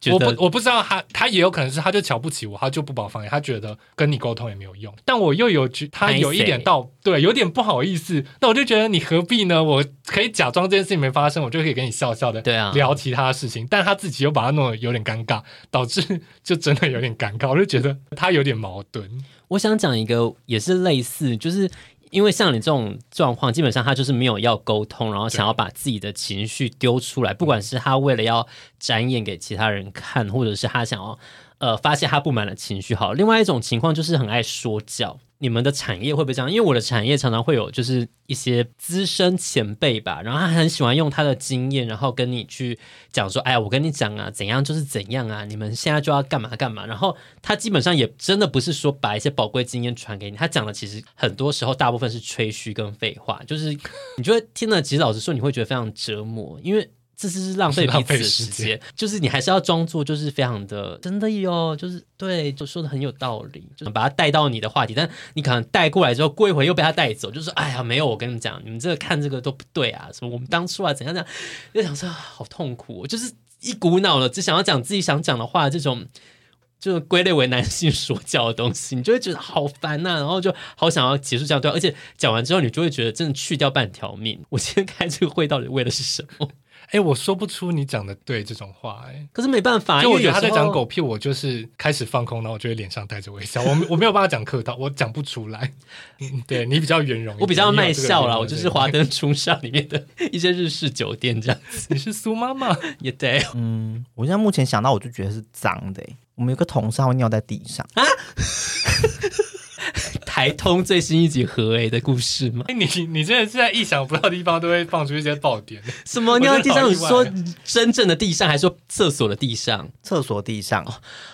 Speaker 1: 觉
Speaker 2: 我
Speaker 1: 得
Speaker 2: 不我不知道他，他也有可能是他就瞧不起我，他就不把我放眼，他觉得跟你沟通也没有用。但我又有觉，他有一点到对，有点不好意思。那我就觉得你何必呢？我可以假装这件事情没发生，我就可以跟你笑笑的
Speaker 1: 对啊
Speaker 2: 聊其他事情。但他自己又把它弄得有点尴尬，导致就真的有点尴尬。我就觉得他有点矛盾。
Speaker 1: 我想讲一个也是类似，就是因为像你这种状况，基本上他就是没有要沟通，然后想要把自己的情绪丢出来，不管是他为了要展演给其他人看，或者是他想要呃发泄他不满的情绪。好，另外一种情况就是很爱说教。你们的产业会不会这样？因为我的产业常常会有就是一些资深前辈吧，然后他很喜欢用他的经验，然后跟你去讲说，哎呀，我跟你讲啊，怎样就是怎样啊，你们现在就要干嘛干嘛。然后他基本上也真的不是说把一些宝贵经验传给你，他讲的其实很多时候大部分是吹嘘跟废话，就是你就会听了，其实老实说你会觉得非常折磨，因为。这是浪费彼
Speaker 2: 浪
Speaker 1: 此
Speaker 2: 费
Speaker 1: 的时
Speaker 2: 时间
Speaker 1: 间，就是你还是要装作就是非常的真的哟，就是对，就说的很有道理，就是把他带到你的话题，但你可能带过来之后，过一会又被他带走，就是哎呀，没有，我跟你讲，你们这个看这个都不对啊，什么我们当初啊怎样怎样，就想说啊好痛苦、哦，就是一股脑的只想要讲自己想讲的话，这种就归类为男性说教的东西，你就会觉得好烦呐、然后就好想要结束这样对话，而且讲完之后，你就会觉得真的去掉半条命。 我今天开这个会到底为的是什么？
Speaker 2: 哎，我说不出你讲的对这种话，哎，
Speaker 1: 可是没办法，
Speaker 2: 就
Speaker 1: 啊因
Speaker 2: 我
Speaker 1: 为
Speaker 2: 觉
Speaker 1: 有
Speaker 2: 得他在
Speaker 1: 时候
Speaker 2: 讲狗屁，我就是开始放空，然后我就会脸上带着微笑，我我没有办法讲客套，我讲不出 来。嗯对你比较圆融一点，
Speaker 1: 我比较
Speaker 2: 你有
Speaker 1: 卖
Speaker 2: 这个
Speaker 1: 笑
Speaker 2: 圆
Speaker 1: 啦，
Speaker 2: 融
Speaker 1: 我
Speaker 2: 的
Speaker 1: 就
Speaker 2: 这
Speaker 1: 是
Speaker 2: 个
Speaker 1: 华灯初上里面的一些日式酒店这样子
Speaker 2: 你是苏妈妈，
Speaker 1: 也对。
Speaker 3: 嗯，我现在目前想到，我就觉得是脏的欸、我们有个同事他会尿在地上，
Speaker 1: 啊台通最新一集合 A 的故事吗？
Speaker 2: 哎你你真的是在意想不到的地方都会放出一些爆点。
Speaker 1: 什么
Speaker 2: 我
Speaker 1: 尿在地
Speaker 2: 真的
Speaker 1: 上？
Speaker 2: 好
Speaker 1: 你
Speaker 2: 意外
Speaker 1: 说真正的地上，还说厕所的地上？
Speaker 3: 厕所地上，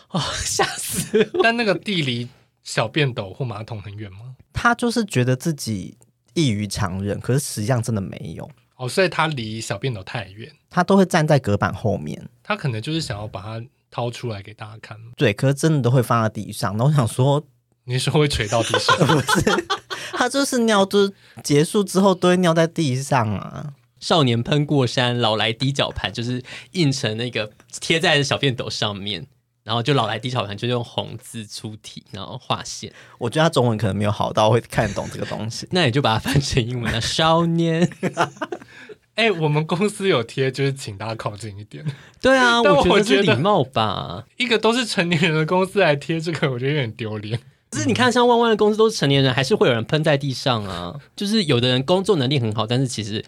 Speaker 1: 哦， 吓死我！
Speaker 2: 但那个地离小便斗或马桶很远吗？
Speaker 3: 他就是觉得自己异于常人，可是实际上真的没有，
Speaker 2: 哦，所以他离小便斗太远，
Speaker 3: 他都会站在隔板后面。
Speaker 2: 他可能就是想要把它掏出来给大家看。
Speaker 3: 对，可是真的都会放在地上。然后我想说，？
Speaker 2: 你是说会垂到地上
Speaker 3: 不是，他就是尿，就是结束之后都会尿在地上啊。
Speaker 1: 少年喷过山，老来低脚盘，就是印成那个贴在小便斗上面，然后就老来低脚盘，就用红字粗体，然后划线。。
Speaker 3: 我觉得他中文可能没有好到会看懂这个东西
Speaker 1: 那你就把它翻成英文 了，少年。
Speaker 2: 哎、我们公司有贴，就是请大家靠近一点。
Speaker 1: 对啊，
Speaker 2: 但
Speaker 1: 我觉
Speaker 2: 我
Speaker 1: 得这是
Speaker 2: 觉得
Speaker 1: 礼貌吧。
Speaker 2: 一个都是成年人的公司来贴这个，我觉得有点丢脸。
Speaker 1: 可是你看，像万万的公司都是成年人，还是会有人喷在地上啊。就是有的人工作能力很好，但是其实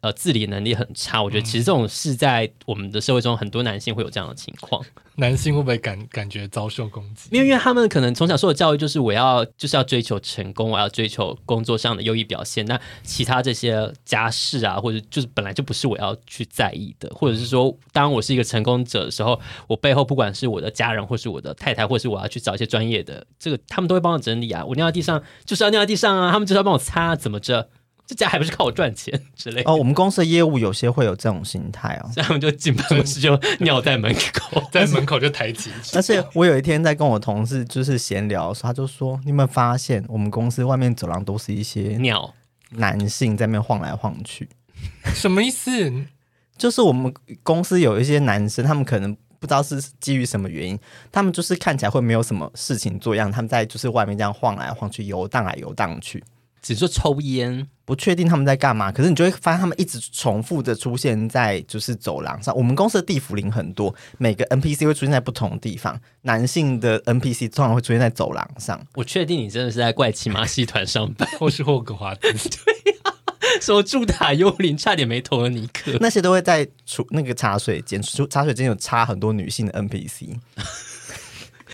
Speaker 1: 呃自理能力很差。我觉得其实这种是在我们的社会中，很多男性会有这样的情况。
Speaker 2: 男性会不会感感觉遭受攻击？
Speaker 1: 因为因为他们可能从小受的教育就是我要就是要追求成功，我要追求工作上的优异表现。那其他这些家事啊，或者就是本来就不是我要去在意的，或者是说，当我是一个成功者的时候，我背后不管是我的家人，或是我的太太，或是我要去找一些专业的，这个他们都会帮我整理啊。我尿在地上就是要尿在地上啊，他们就是要帮我擦，怎么着？这家还不是靠我赚钱之类的，
Speaker 3: 哦，我们公司的业务有些会有这种心态哦。
Speaker 1: 所以他们就进办公室就尿在门口。
Speaker 2: 在门口就抬起，
Speaker 3: 而且我有一天在跟我同事就是闲聊的时候，他就说：“你有没有发现我们公司外面走廊都是一些
Speaker 1: 尿，
Speaker 3: 男性在那边晃来晃去？
Speaker 2: 什么意思？
Speaker 3: 就是我们公司有一些男生，他们可能不知道是基于什么原因，他们就是看起来会没有什么事情做样，他们在就是外面这样晃来晃去、游荡来游荡去，
Speaker 1: 只说抽烟，
Speaker 3: 不确定他们在干嘛。可是你就会发现他们一直重复的出现在就是走廊上。我们公司的地府林很多，每个 NPC 会出现在不同的地方，男性的 NPC 通常会出现在走廊上。”
Speaker 1: 我确定你真的是在怪奇马戏团上班。
Speaker 2: 或是霍格华兹？
Speaker 1: 什么助打幽灵，差点没投了尼克。
Speaker 3: 那些都会在除那个茶水间，除茶水间有插很多女性的 NPC。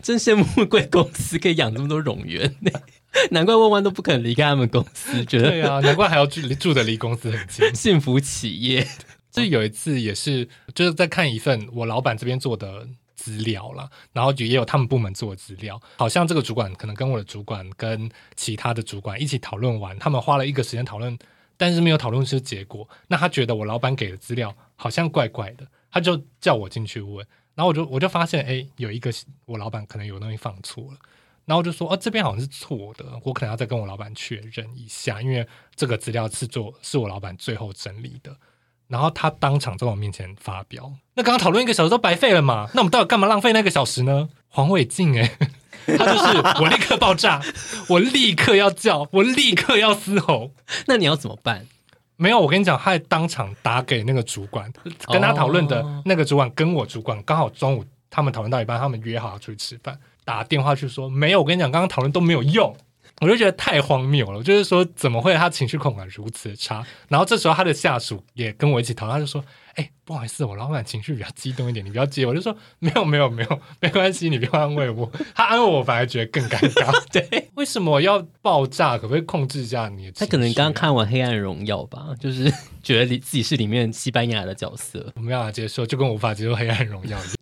Speaker 1: 真羡慕贵公司可以养这么多冗员， 难怪万万都不肯离开他们公司，觉
Speaker 2: 对
Speaker 1: 得
Speaker 2: 啊，难怪还要住离住的离公司很近。
Speaker 1: 幸福企业。
Speaker 2: 就有一次也是，就是在看一份我老板这边做的资料啦，然后也有他们部门做的资料，好像这个主管可能跟我的主管跟其他的主管一起讨论完，他们花了一个时间讨论，但是没有讨论出结果。那他觉得我老板给的资料好像怪怪的，他就叫我进去问，然后我就我就发现，哎，有一个我老板可能有东西放错了。然后就说，哦，这边好像是错的，我可能要再跟我老板确认一下，因为这个资料是做是我老板最后整理的。然后他当场在我面前发飙。那刚刚讨论一个小时都白费了嘛？那我们到底干嘛浪费那个小时呢？黄伟晋哎、 他就是我立刻爆炸，我立刻要叫，我立刻要嘶吼。
Speaker 1: 那你要怎么办？
Speaker 2: 没有，我跟你讲，他还当场打给那个主管，跟他讨论的
Speaker 1: 哦
Speaker 2: 那个主管跟我主管刚好中午他们讨论到一半，他们约好要出去吃饭，打电话去说没有，我跟你讲，刚刚讨论都没有用。我就觉得太荒谬了，就是说怎么会他情绪控管如此的差？然后这时候他的下属也跟我一起讨论，他就说：“哎、不好意思，我老板情绪比较激动一点，你不要接。”我就说：“没有，没有，没有，没关系，你不要安慰我。”他安慰我，反而觉得更尴尬。对，为什么要爆炸？可不可以控制一下你的情绪
Speaker 1: 他
Speaker 2: 啊？
Speaker 1: 可能刚看完《黑暗荣耀》吧，就是觉得里自己是里面西班牙的角色。
Speaker 2: 我没办法接受，就跟我无法接受《黑暗荣耀》一样。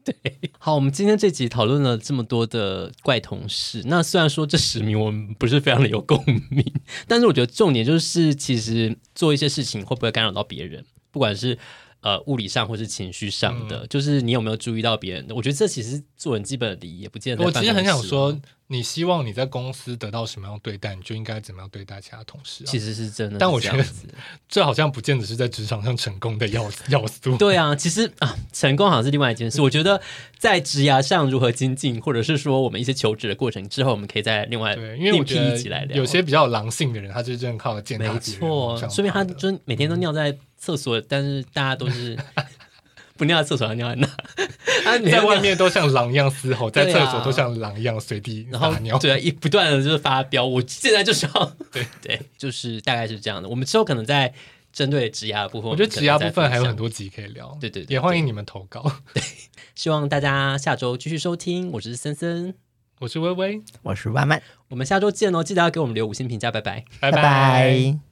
Speaker 1: 好，我们今天这集讨论了这么多的怪同事。那虽然说这十名我们不是非常的有共鸣，但是我觉得重点就是，其实做一些事情会不会干扰到别人，不管是呃物理上或是情绪上
Speaker 2: 嗯
Speaker 1: 的，就是你有没有注意到别人的？我觉得这其实是做 人基本的啊礼仪，也不见得。
Speaker 2: 我其实很想，
Speaker 1: 哦
Speaker 2: 说，你希望你在公司得到什么样的对待，你就应该怎么样对待其他同事、啊。
Speaker 1: 其
Speaker 2: 实
Speaker 1: 实是真的是这样子。
Speaker 2: 但我觉得这好像不见得是在职场上成功的要要 素。
Speaker 1: 对啊，其实啊，成功好像是另外一件事。我觉得在职涯上如何精进，或者是说我们一些求职的过程之后，我们可以再另外
Speaker 2: 对，因为
Speaker 1: 另
Speaker 2: 我
Speaker 1: 辟
Speaker 2: 觉
Speaker 1: 一
Speaker 2: 得
Speaker 1: 集来聊。
Speaker 2: 有些比较狼性的人，他就是真的靠践踏
Speaker 1: 没
Speaker 2: 别人往
Speaker 1: 错
Speaker 2: 上爬，的。嗯
Speaker 1: 说明他就是每天都尿在厕所，但是大家都是 不尿在厕所，要尿 在那。啊他每天
Speaker 2: 在
Speaker 1: 尿
Speaker 2: 外，面都像狼一样嘶 吼，在
Speaker 1: 对啊
Speaker 2: 厕所都像狼一样随地
Speaker 1: 然
Speaker 2: 撒尿
Speaker 1: 后。对啊，一不断的就是发飙。我现在就是要对 对，就是大概是这样的。我们之后可能在针对职涯的部分，
Speaker 2: 我觉得
Speaker 1: 们可
Speaker 2: 职
Speaker 1: 能
Speaker 2: 涯
Speaker 1: 再
Speaker 2: 部分
Speaker 1: 分
Speaker 2: 还有
Speaker 1: 享
Speaker 2: 很。多集可以聊，
Speaker 1: 对对对
Speaker 2: 也欢迎你们投稿。
Speaker 1: 希望大家下周继续收听，我是森森，
Speaker 2: 我是微微，
Speaker 3: 我是万曼，
Speaker 1: 我们下周见哦！记得要给我们留五星评价，拜拜。
Speaker 2: 拜
Speaker 3: 拜拜